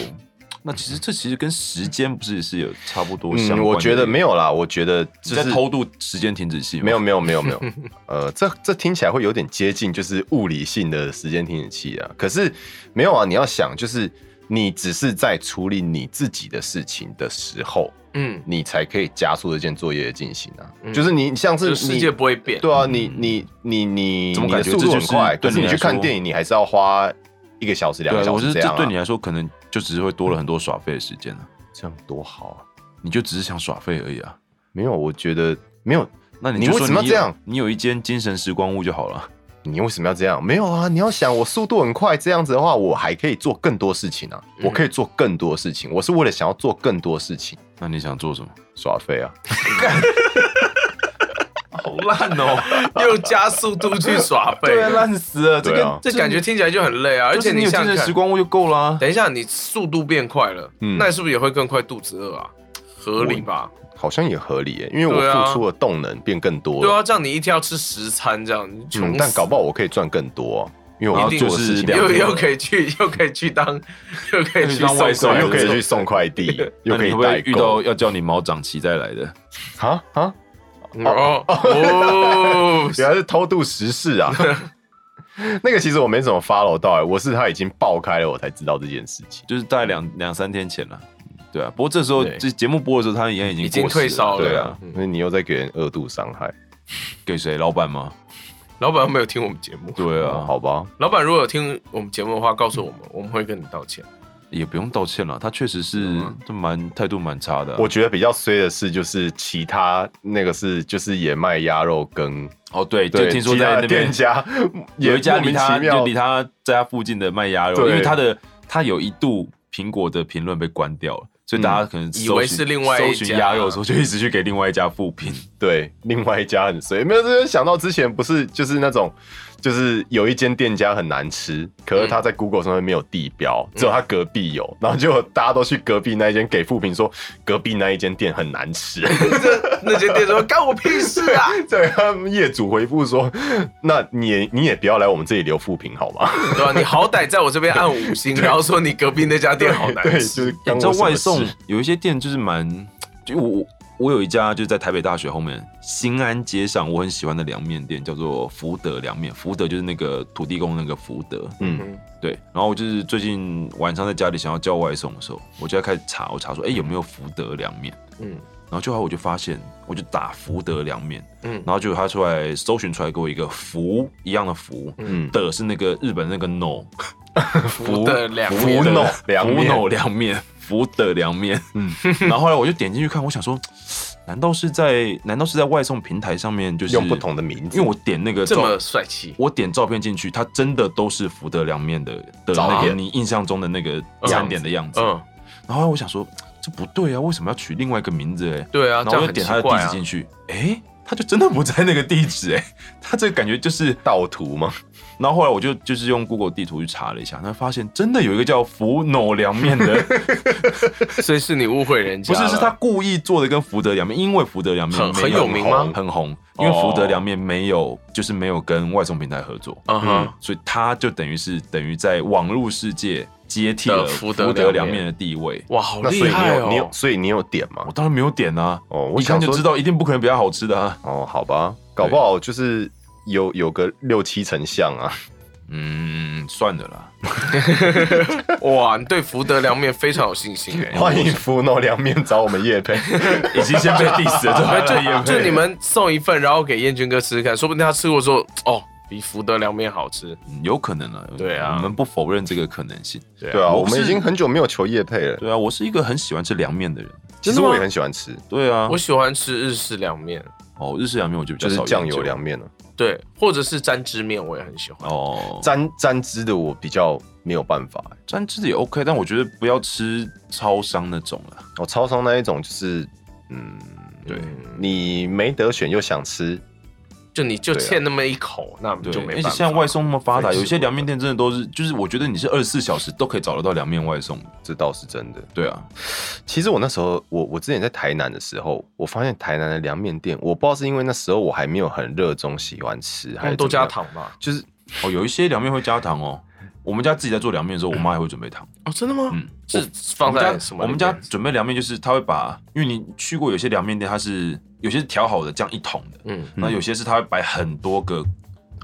那其实这其实跟时间不是是有差不多相关
嗯，
的。
我觉得没有啦，我觉得
你
就
在
是
偷渡时间停止器吗，
没有没有没有没有，呃，这这听起来会有点接近，就是物理性的时间停止器啊。可是没有啊，你要想，就是你只是在处理你自己的事情的时候，
嗯，
你才可以加速这件作业的进行啊。
嗯
就是你像是
就
你
世界不会变。
对啊，你你你你
嗯怎么
你的
感觉
速
这
度
就
很
是
快，
对
可是
你
你
来
去看
说
电影，你还是要花一个小时、两
对
个
啊，
小
我是
时这样
这
啊。
对你来说可能就只是会多了很多耍废的时间了，
这样多好啊！
你就只是想耍废而已啊。
没有，我觉得没有。
那你
你
就
为
说
什么要
有
这样？
你有一间精神时光屋就好了。
你为什么要这样？没有啊！你要想，我速度很快，这样子的话，我还可以做更多事情啊！我可以做更多事情，我是为了想要做更多事情啊
那你想做什么？
耍废啊！
好烂哦！
又加速度去耍废，
对啊，烂死了，这
对啊
个
这感觉听起来就很累啊。而
而
且
你有
想
精神
想
时
看，
光屋就够了啊。
等一下你速度变快了，
嗯
那你是不是也会更快肚子饿啊？合理吧？
好像也合理耶，因为
对
我
啊
付出的动能变更多
对
了。
啊，这样你一天要吃十餐，这样你穷
嗯
死、，
但搞不好我可以赚更多啊，因为我要
一定
做的事
是
情
两
又
天
又可以去，又可以去当，又可以去
当外送
送
对，
快
又可以
递
去送快递，又
那
可以
你会不
代
会遇
购
到要叫你毛长齐再来的？
啊啊！
哦哦，
原来是偷渡时事啊。那个其实我没怎么 follow 到、欸，我是他已经爆开了，我才知道这件事情。
就是大概两两三天前了。对啊，不过这时候
对
这节目播的时候，他一样已经
已经
过世
退烧了
对
对
啊
啊，，那、你又在给人二度伤害，
给谁？老板吗？
老板又没有听我们节目。
对
啊、
啊，
好吧？
老板如果有听我们节目的话，告诉我们，我们会跟你道歉。
也不用道歉了，他确实是就蛮态度蛮差的啊。
嗯我觉得比较衰的是，就是其他那个是就是也卖鸭肉羹，
哦，对，就
对，
听说
其他
在
的
那边
店家也
有一家
莫
离
名
他
其
就
妙
离他在他附近的卖鸭肉，
对
因为他的他有一度苹果的评论被关掉了，所以大家可能搜寻
嗯以为是另外一家
搜寻鸭肉的时候，就一直去给另外一家复评。
对，另外一家很衰，没有就是想到之前不是就是那种，就是有一间店家很难吃，可
嗯
是他在 Google 上面没有地标，只有他隔壁有，然后就大家都去隔壁那一间给复评说隔壁那一间店很难 吃，
这那间店说干我屁事啊！
对，他们业主回复说，那你也你也不要来我们这里留复评好吗？
对吧、你好歹在我这边按五星，然后说你隔壁那家店好难
对，
吃。
就是
欸
干
你
我
知道
什么
外送
事
有一些店就是蛮，就我我我有一家就在台北大学后面新安街上，我很喜欢的凉面店叫做福德凉面，福德就是那个土地公那个福德，
嗯
对。然后我就是最近晚上在家里想要叫外送的时候，我就在开始查，我查说哎、欸有没有福德凉面，
嗯
然后就后来我就发现，我就打福德凉面，
嗯
然后就他出来搜寻出来给我一个福一样的福，
嗯，
的是那个日本那个 no
福的两
福
面
no 凉
福
面
no 凉面福的凉面， 嗯，然后后来我就点进去看，我想说，难道是在难道是在外送平台上面就是
用不同的名字，
因为我点那个
这
照
么帅气，
我点照片进去，它真的都是福德凉面的的
照
那个
片
你印象中的那个餐点的样子，
嗯，
然后我想说这不对啊，为什么要取另外一个名字、哎，
对
然
啊，这
后
样
我就
很
点
奇
他的地
怪
址
啊
进。去，哎、他就真的不在那个地址、哎， 他这个感觉就是
盗图吗？
然后后来我就就是用 Google 地图去查了一下，那发现真的有一个叫福农凉面的，
所以是你误会人家
不
了，
是是他故意做的跟福德凉面，因为福德凉面
很
没
很有名
红
吗哦
很红，因为福德凉面没有就是没有跟外送平台合作，
嗯哼，
所以他就等于是等于在网络世界接替了
的福
福
德
德
凉
凉
面
面的地位。
哇，好
那所
厉
以你
害
有你有
哦！
所以你有点吗
我？当然没有点啊，
哦，我
一
想
看就
说
知道一定不可能比他好吃的啊。
哦，好吧，搞不好就是有有个六七成像啊。
嗯，算了啦，
哇，你对福德凉面非常有信心 哎。
欢迎福诺凉面找我们叶 配，
已经先被 diss 了，
哎
这
啊
就就你们送一份，然后给燕君哥吃吃看，说不定他吃过之后，哦，比福德凉面好吃。
嗯有可能啊，
对啊
我们不否认这个可能性。
对啊，
我
我
不是
们已经很久没有求叶配了。
对啊，我是一个很喜欢吃凉面的人。
其实我也很喜欢吃，
对啊
我，喜欢吃日式凉面，
哦，日式凉面我就比较
就是
少
酱
研究
油凉面了。啊
对，或者是沾汁面，我也很喜欢。
哦，
沾沾汁的我比较没有办法、欸。
沾汁的也 OK，但我觉得不要吃超商那种了。
我哦超商那一种就是，嗯，
对
你没得选又想吃，
就你就欠那么一口，那我们
对
就，没
而且
办法。
现在外送那么发达，
非吃
有一些
不可
凉面店真的都是，就是我觉得你是二十四小时都可以找得到凉面外送的。
这倒是真的。
对啊，
其实我那时候，我我之前在台南的时候，我发现台南的凉面店，我不知道是因为那时候我还没有很热衷喜欢吃，还
他
是
们都
怎么
加
样，
糖吧？
就是
哦，有一些凉面会加糖哦。我们家自己在做凉面的时候，我妈还会准备糖。
哦，真的吗？
嗯
是
我
放
们
在
家
什么
我
里
们
面？
家准备凉面就是，她会把，因为你去过有些凉面店，它是有些是调好的这样一桶的，
嗯，
那有些是它会摆很多个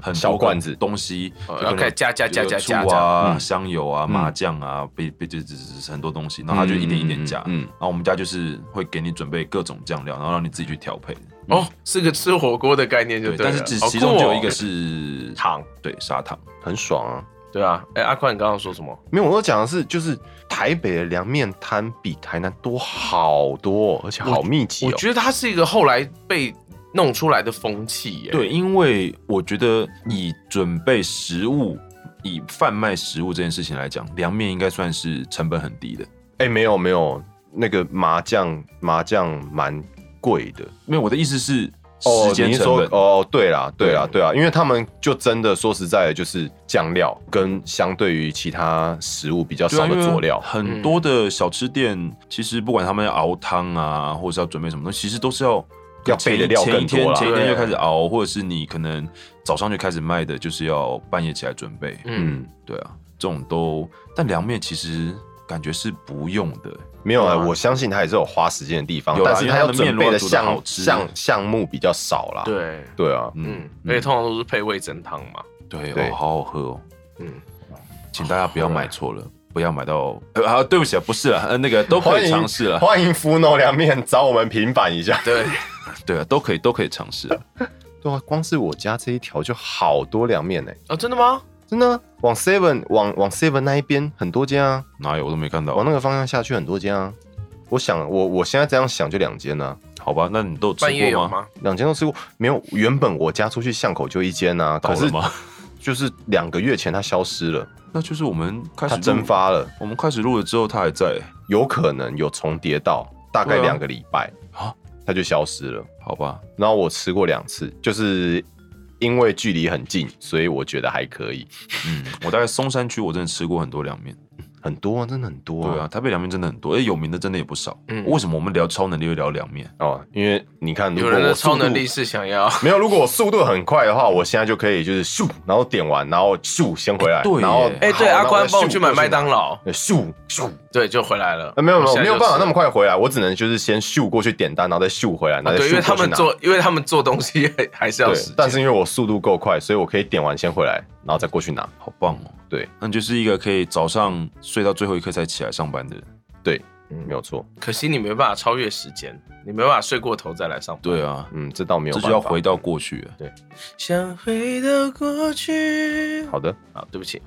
很多个
小罐子
东西，
哦
就
然
可
后
能
开始加加加
有
加加
醋啊、
嗯
香油啊、
嗯
麻酱啊，被被这这这很多东西，然后它就一点一点加。
嗯嗯嗯嗯
然后我们家就是会给你准备各种酱料，然后让你自己去调配。
哦，是个吃火锅的概念就
嗯对，
了
但是只
好
其中
酷
就
哦
有一个是
糖，
对砂糖。
很爽啊。
对啊。哎，阿宽，你刚刚说什么？
没有，我讲的是，就是台北的凉面摊比台南多好多，而且好密集
我
哦。
觉得它是一个后来被弄出来的风气耶。
对，因为我觉得以准备食物、以贩卖食物这件事情来讲，凉面应该算是成本很低的。
哎、没有没有，那个麻酱麻酱蛮贵的，
没有，我的意思是，
哦，
时间
你是
成
说
本。
哦，对啦，对啦，对啊啦，因为他们就真的说实在的，就是酱料跟相对于其他食物比较
对啊
少的
因为
佐料，
很多的小吃店其实不管他们要熬汤啊，或者是要准备什么东西，其实都是要
要
前
备的料
前一
更多
天
啦
前一天
对
就开始熬，或者是你可能早上就开始卖的，就是要半夜起来准备。
嗯，
嗯，
对啊，这种都，但凉面其实感觉是不用的。
没有啊，
对啊
我相信他也是有花时间的地方
有，啦
但是
因为
他
他
要
的
准
面如
备
果
的
煮得
项
好吃
项项目比较少啦，
对，
对啊，
嗯
嗯，，
而且通常都是配味增汤嘛，
对
对
哦，好好喝哦。
嗯，
请大家不要买 错了，不要买到。呃，好，对不起啊，不是啊， 呃，那个都可以尝试啊了。
欢迎福农凉面找我们平反一下。
对，
对啊，都可以，都可以尝试啊。
对啊，光是我家这一条就好多凉面呢、欸
哦，真的吗？
真的啊、往 Seven 往往 Seven 那一边很多家啊，
哪有我都没看到
往。那个方向下去很多家啊。我想，我我现在这样想就两间啊，
好吧，那你都有吃
半夜
过
有
吗？
吗？
两间都吃过。没有，原本我家出去巷口就一间啊，
倒
可
了
是
吗？
就是两个月前它消失了，
那就是我们开始
它
录
蒸，发了，
我们开始录了之后，它还在，
有可能有重叠到大概
对啊
两个礼拜
啊
它就消失了。
好吧？
然后我吃过两次，就是因为距离很近，所以我觉得还可以。
嗯，我大概松山区我真的吃过很多凉面，
很多啊，真的很多
对啊，台北凉面真的很多，而且有名的真的也不少。
嗯
为什么我们聊超能力会聊凉面？
哦，因为你看，如
有
果
人
我
的
速
超
度
能力是想要，
没有，如果我速度很快的话，我现在就可以就是咻，然后点完，然后咻先回来，
哎对耶
然后
哎，对，阿宽帮我去买麦当
劳，
劳，
呃咻咻，
对，就回来了
呃，。没有没
我
有
现在
没有
就
办法
吃
那么快回来，我只能就是先咻过去点单，然后再咻回来，然后
啊
再
对，因为
咻
他
过去
们
拿。
做，因为他们做东西 还还是要
对
时间，
但是因为我速度够快，所以我可以点完先回来，然后再过去拿。
好棒哦！
对，
那你就是一个可以早上睡到最后一刻才起来上班的人。
嗯
没有错，
可惜你没办法超越时间，你没办法睡过头再来上班。
对啊，
嗯，这倒没有
这
办法。
就要回到过去了。
想回到过去。
好的，
啊，对不起，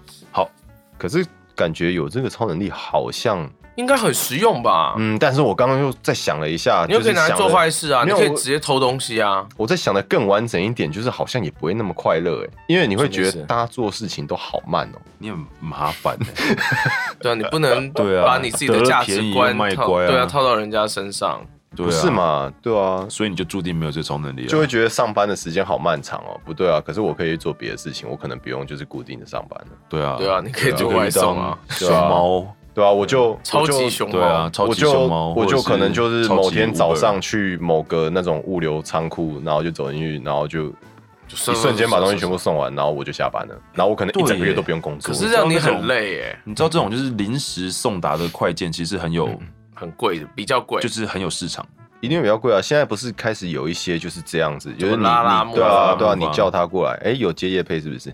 可是感觉有这个超能力好像，
应该很实用吧？
嗯，但是我刚刚又再想了一下，
你又可以拿来
就是想
做
了
坏事啊，你
没有
可以
我
直接偷东西啊。
我在想的更完整一点，就是好像也不会那么快乐哎，因为你会觉
什么意
得
思
大家做事情都好慢哦、
你很麻烦欸，
对啊，你不能
对啊
把你自己的
得
价
了便
值
宜
观
又卖
套
乖啊
对啊套到人家身上。
对
不
啊，
是？嘛？对啊，
所以你就注定没有这超
啊
能力了，
就会觉得上班的时间好漫长哦、不对啊，可是我可以做别的事情，我可能不用就是固定的上班了，
对啊，
对啊，你可以
就
做
可以
外送啊。
当熊猫，
对啊，我就
超级熊猫
对啊，超
我
级
就
熊猫，
我就
或者是
可能就是
超级
某天早
Uber
上去某个那种物流仓库，然后就走进去，然后就
就
一瞬间把东西全部送完，然后我就下班了，然后我可能一整个
对耶
月都不用工
可
作。
是这样你很累耶，
你知道这种就是临时送达的快件，其实很有，
很贵的，比较贵。
就是很有市场。
一定比较贵啊！现在不是开始有一些就是这样子，就是你
拉拉
你
木呃
对
拉拉
啊
木
对啊，
嘛
你叫他过来，哎、有接夜配是不是？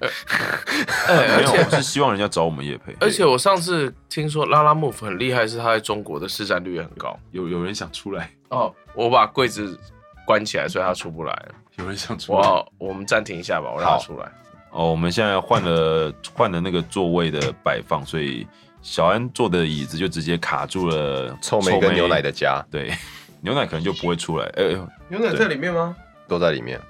哎
没
而
有，
且
我是希望人家找我们叶配。
而且我上次听说拉拉木夫很厉害，是他在中国的市占率也很高。
有有人想出来，
哦，我把柜子关起来，所以他出不来。
有人想出
我
来。
哦
要
嗯
我们暂停一下吧，我让他出来。
哦，我们现在换了换了那个座位的摆放，所以小安坐的椅子就直接卡住了
臭美跟牛奶的家
对， 牛奶可能就不会出来，哎、呦，
牛奶在里面吗？
都在里面。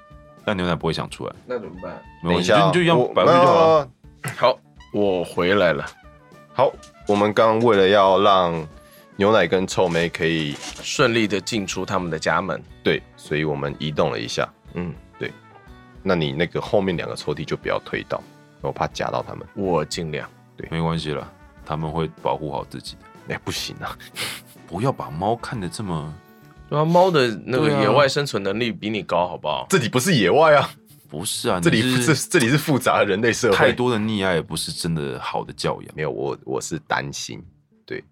但牛奶不会想出来，
那怎么办？
没
等
有，
一
你
下啊，
就你就一样
我
摆过去就好了。。
没有啊
好，我回来了，
好，我们刚刚为了要让牛奶跟臭美可以
顺利的进出他们的家门。
对，所以我们移动了一下。
嗯，
那你那个后面两个抽屉就不要推到，我怕夹到他们。
我尽量。
没关系了，他们会保护好自己的。
哎、不行啊！
不要把猫看得这么，
对啊，猫的那个
对啊
野外生存能力比你高，好不好？
这里不是野外啊，
不是啊，
这里
你
这
是
这里是复杂的人类社会。
太多的溺爱，不是真的好的教养。
没有，我我是担心，对，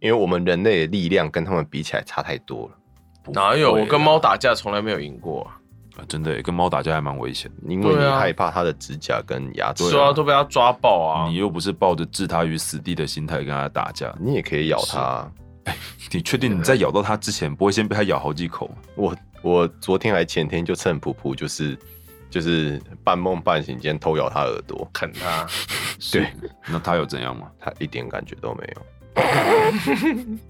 因为我们人类的力量跟他们比起来差太多了。
不
哪有？
啊
会
我跟
啦
猫打架从来没有赢过、啊，
啊真的耶跟猫打架还蛮危险的。
因为你
对啊
害怕它的指甲跟牙齿，啊
抓都被它抓爆啊
啊你！又不是抱着置它于死地的心态跟它打架，
你也可以咬它啊。
你确定你在咬到它之前不会先被它咬好几口？
我我昨天还前天就趁普普就是就是半梦半醒间偷咬它耳朵，
啃 它，
对，
那它有怎样吗？
它一点感觉都没有。 因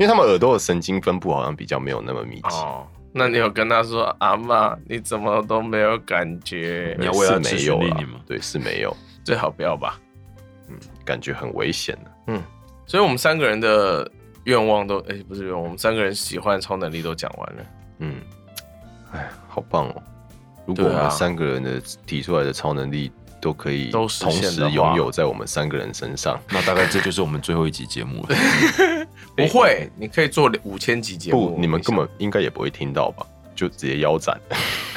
为他们耳朵的神经分布好像比较没有那么密集，
哦，那你有跟它说阿妈，你怎么都没有感觉
你？要喂
是
它吃
没
训
有
练
啦
你吗
对，是没有，
最好不要吧。
感觉很危险的。
所以我们三个人的愿望都，哎、不是愿望，我们三个人喜欢的超能力都讲完了。
嗯，好棒哦！如果我
对啊
们三个人的提出来的超能力都可以
都实
同
现
时
的话
拥有在我们三个人身上，
那大概这就是我们最后一集节目了。
不会，你可以做五千集节目
不，，你们根本应该也不会听到吧？就直接腰斩。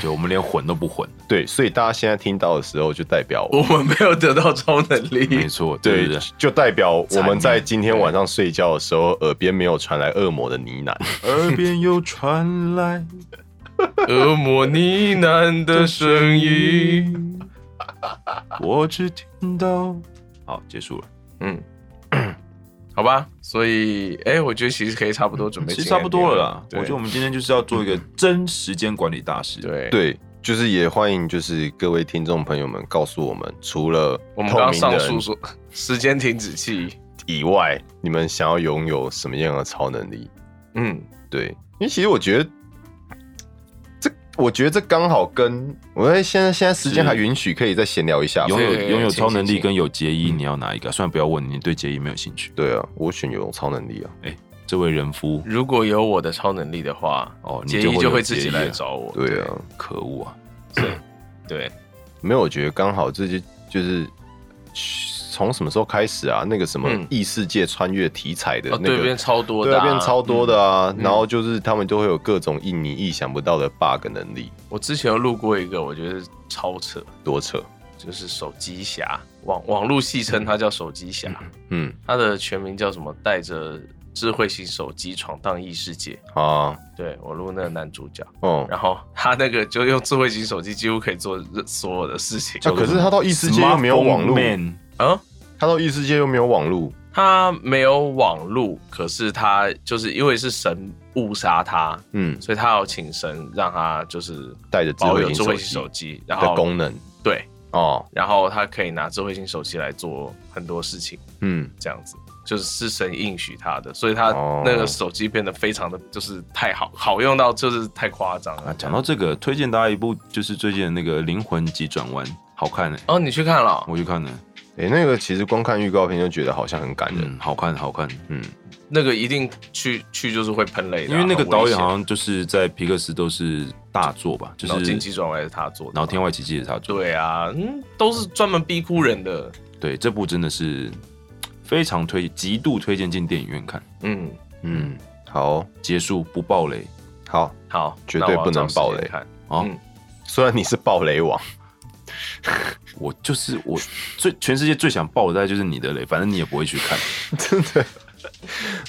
对，我们连混都不混，
对，所以大家现在听到的时候，就代表
我们没有得到超能
没
力，
错，对
对
对对，
就代表我们
残
在
念
今天晚上睡觉的时候，耳边没有传来恶魔的呢喃。
耳边又传来
恶魔呢喃的声音。，
我只听到。好，结束了。
嗯，好吧，所以哎、我觉得其实可以差不多准备，
嗯其实差不多了啦，我
对
觉得我们今天就是要做一个真时间管理大师。，
对
对，就是也欢迎就是各位听众朋友们告诉我们，除了
我们刚刚
透明
上
人
述说时间停止器，
以外，你们想要拥有什么样的超能力？
嗯，
对，因为其实我觉得这，我觉得这刚好跟我在现在现在时间
是
还允许，可啊以再闲聊一下吧。
拥有
对
拥有
行
超能
行
力
行
跟有结衣，你要哪一个？虽然不要问你对结衣没有兴趣，
对啊，我选有超能力啊。
这位人夫，
如果有我的超能力的话，
哦你
杰
就会
伊
有
嗯就会自
杰
己
伊
来
啊
找我，
对啊，
可恶啊！
对，
没有，我觉得刚好这些就是从什么时候开始啊？那个什么
嗯
异世界穿越题材的
哦
那
对，
个
变超多
对
的
啊，
啊，
变超多的啊，
嗯
然后就是他们都会有各种印尼意想不到的 bug 能力，
我之前有录过一个，我觉得超扯，
多扯。
就是手机侠，网网络戏称它叫手机侠，
嗯
它的全名叫什么？带着智慧型手机闯荡异世界。
啊，
对我录那个男主角，
哦，
然后他那个就用智慧型手机几乎可以做任所有的事情
那、可是他到异世界又没有网络，
Smartphone man
啊。
他到异世界又没有网络，
他没有网路，可是他就是因为是神误杀他，
嗯，
所以他要请神让他就是
带着智
保有
慧
智
型
慧
手
型手
机
机，然
的
后
功能
对，
哦，
然后他可以拿智慧型手机来做很多事情，
嗯，
这样子就是是神应许他的，所以他
哦
那个手机变得非常的就是太好，好用到就是太夸张了
啊，。讲到这个，推荐大家一部就是最近的那个《灵魂急转弯》，好看呢、
哦，你去看了哦，
我去看了，
诶，那个其实光看预告片就觉得好像很感人，
嗯，好看，好看，
嗯，
那个一定去去就是会喷泪的
因
啊，
为那个
很危
导演
险
好像就是在皮克斯都是大作吧，就
脑筋急
是
转弯也是他做的嘛，
然后天外奇迹也是他做，
对啊，嗯，都是专门逼哭人的。
对，这部真的是非常推，极度推荐进电影院看。
嗯，
嗯，好
结束不爆雷
好，
好，
绝
那
对
我要
不能
找时间
爆雷
看
啊！
嗯
虽然你是暴雷王，
我就是我最全世界最想爆的，大概就是你的雷，反正你也不会去看。
真的。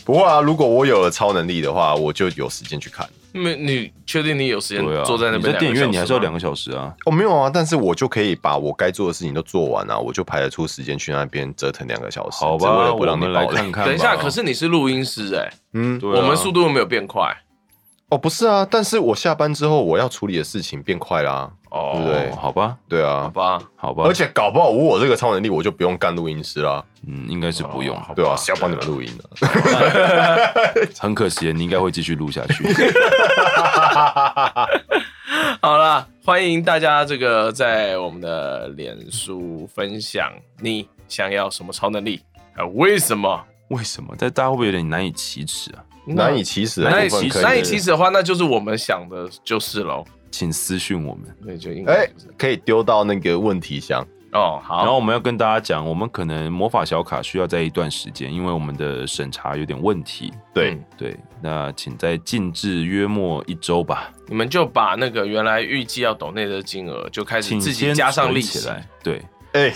不过啊，如果我有了超能力的话，我就有时间去看。
没，你确定你有时间
对啊，
坐在那
你
边？
在电影院你还是要两
个
个小时啊。
哦，没有啊，但是我就可以把我该做的事情都做完啊，我就排得出时间去那边折腾两个小时，
好
只为
吧，
了不
我
让你
们来
爆雷
看看吧。
小时吗。等一下，可是你是录音师哎，
嗯，
对啊
我们速度又没有变快
哦，不是啊，但是我下班之后我要处理的事情变快啦、对不
哦，
对
哦，好吧，
对
好
啊，
吧，
好吧，
而且搞不好我有这个超能力，我就不用干录音师啦，
嗯，应该是不
哦
用，
对啊，谁要帮你们录音呢、
很可惜，你应该会继续录下 去。
好啦，欢迎大家这个在我们的脸书分享你想要什么超能力，还有为什么
为什么？但大家会不会有点难以启齿啊？
难以启齿的
难以
部分
启
可
齿，
以，
难以启齿的话，那就是我们想的就是喽，
请私讯我们。
那就应
哎、
该就是
可以丢到那个问题箱，
哦
然后
好，
我们要跟大家讲，我们可能魔法小卡需要在一段时间，因为我们的审查有点问题。
对，
嗯
对，那请在禁至约莫一周吧，
你们就把那个原来预计要抖内的金额，就开始
请
自己
先
加上
存
利
起
息。
来。对，
哎、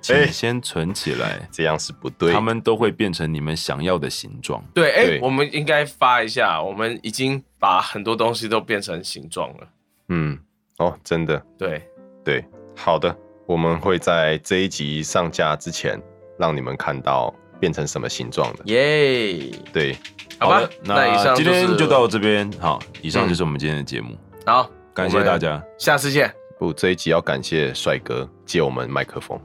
请先存起来，
这样是不对，
他们都会变成你们想要的形状。
对，哎、
对
我们应该发一下，我们已经把很多东西都变成形状了。
嗯，哦，真的，
对，
对，好的，我们会在这一集上架之前让你们看到变成什么形状的，
耶、
对，
好吧，那以上
今天
就嗯
就是到这边，好，以上就是我们今天的节目，
好，
感谢大，家
下次见。
不，这一集要感谢帅哥借我们麦克风，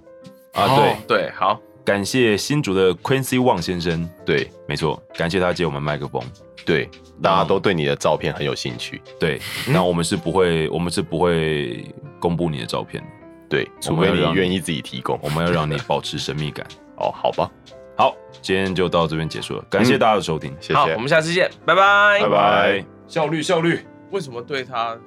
啊，
哦
对，
对，好，
感谢新竹的 Quincy Wang 先生，
对
没错，感谢他借我们麦克风，
对，大家都对你的照片很有兴趣，
对，
嗯
那我们是不会，我们是不会公布你的照片的，
对，除
我们
非
要
你
让
愿意自己提供
我们要让你保持神秘感。
哦，好吧，
好，今天就
嗯
到这边结束了，感谢大家的收听，
谢
好，
谢
我，们下次见，拜拜，
拜拜。
效率效率。
为什么对他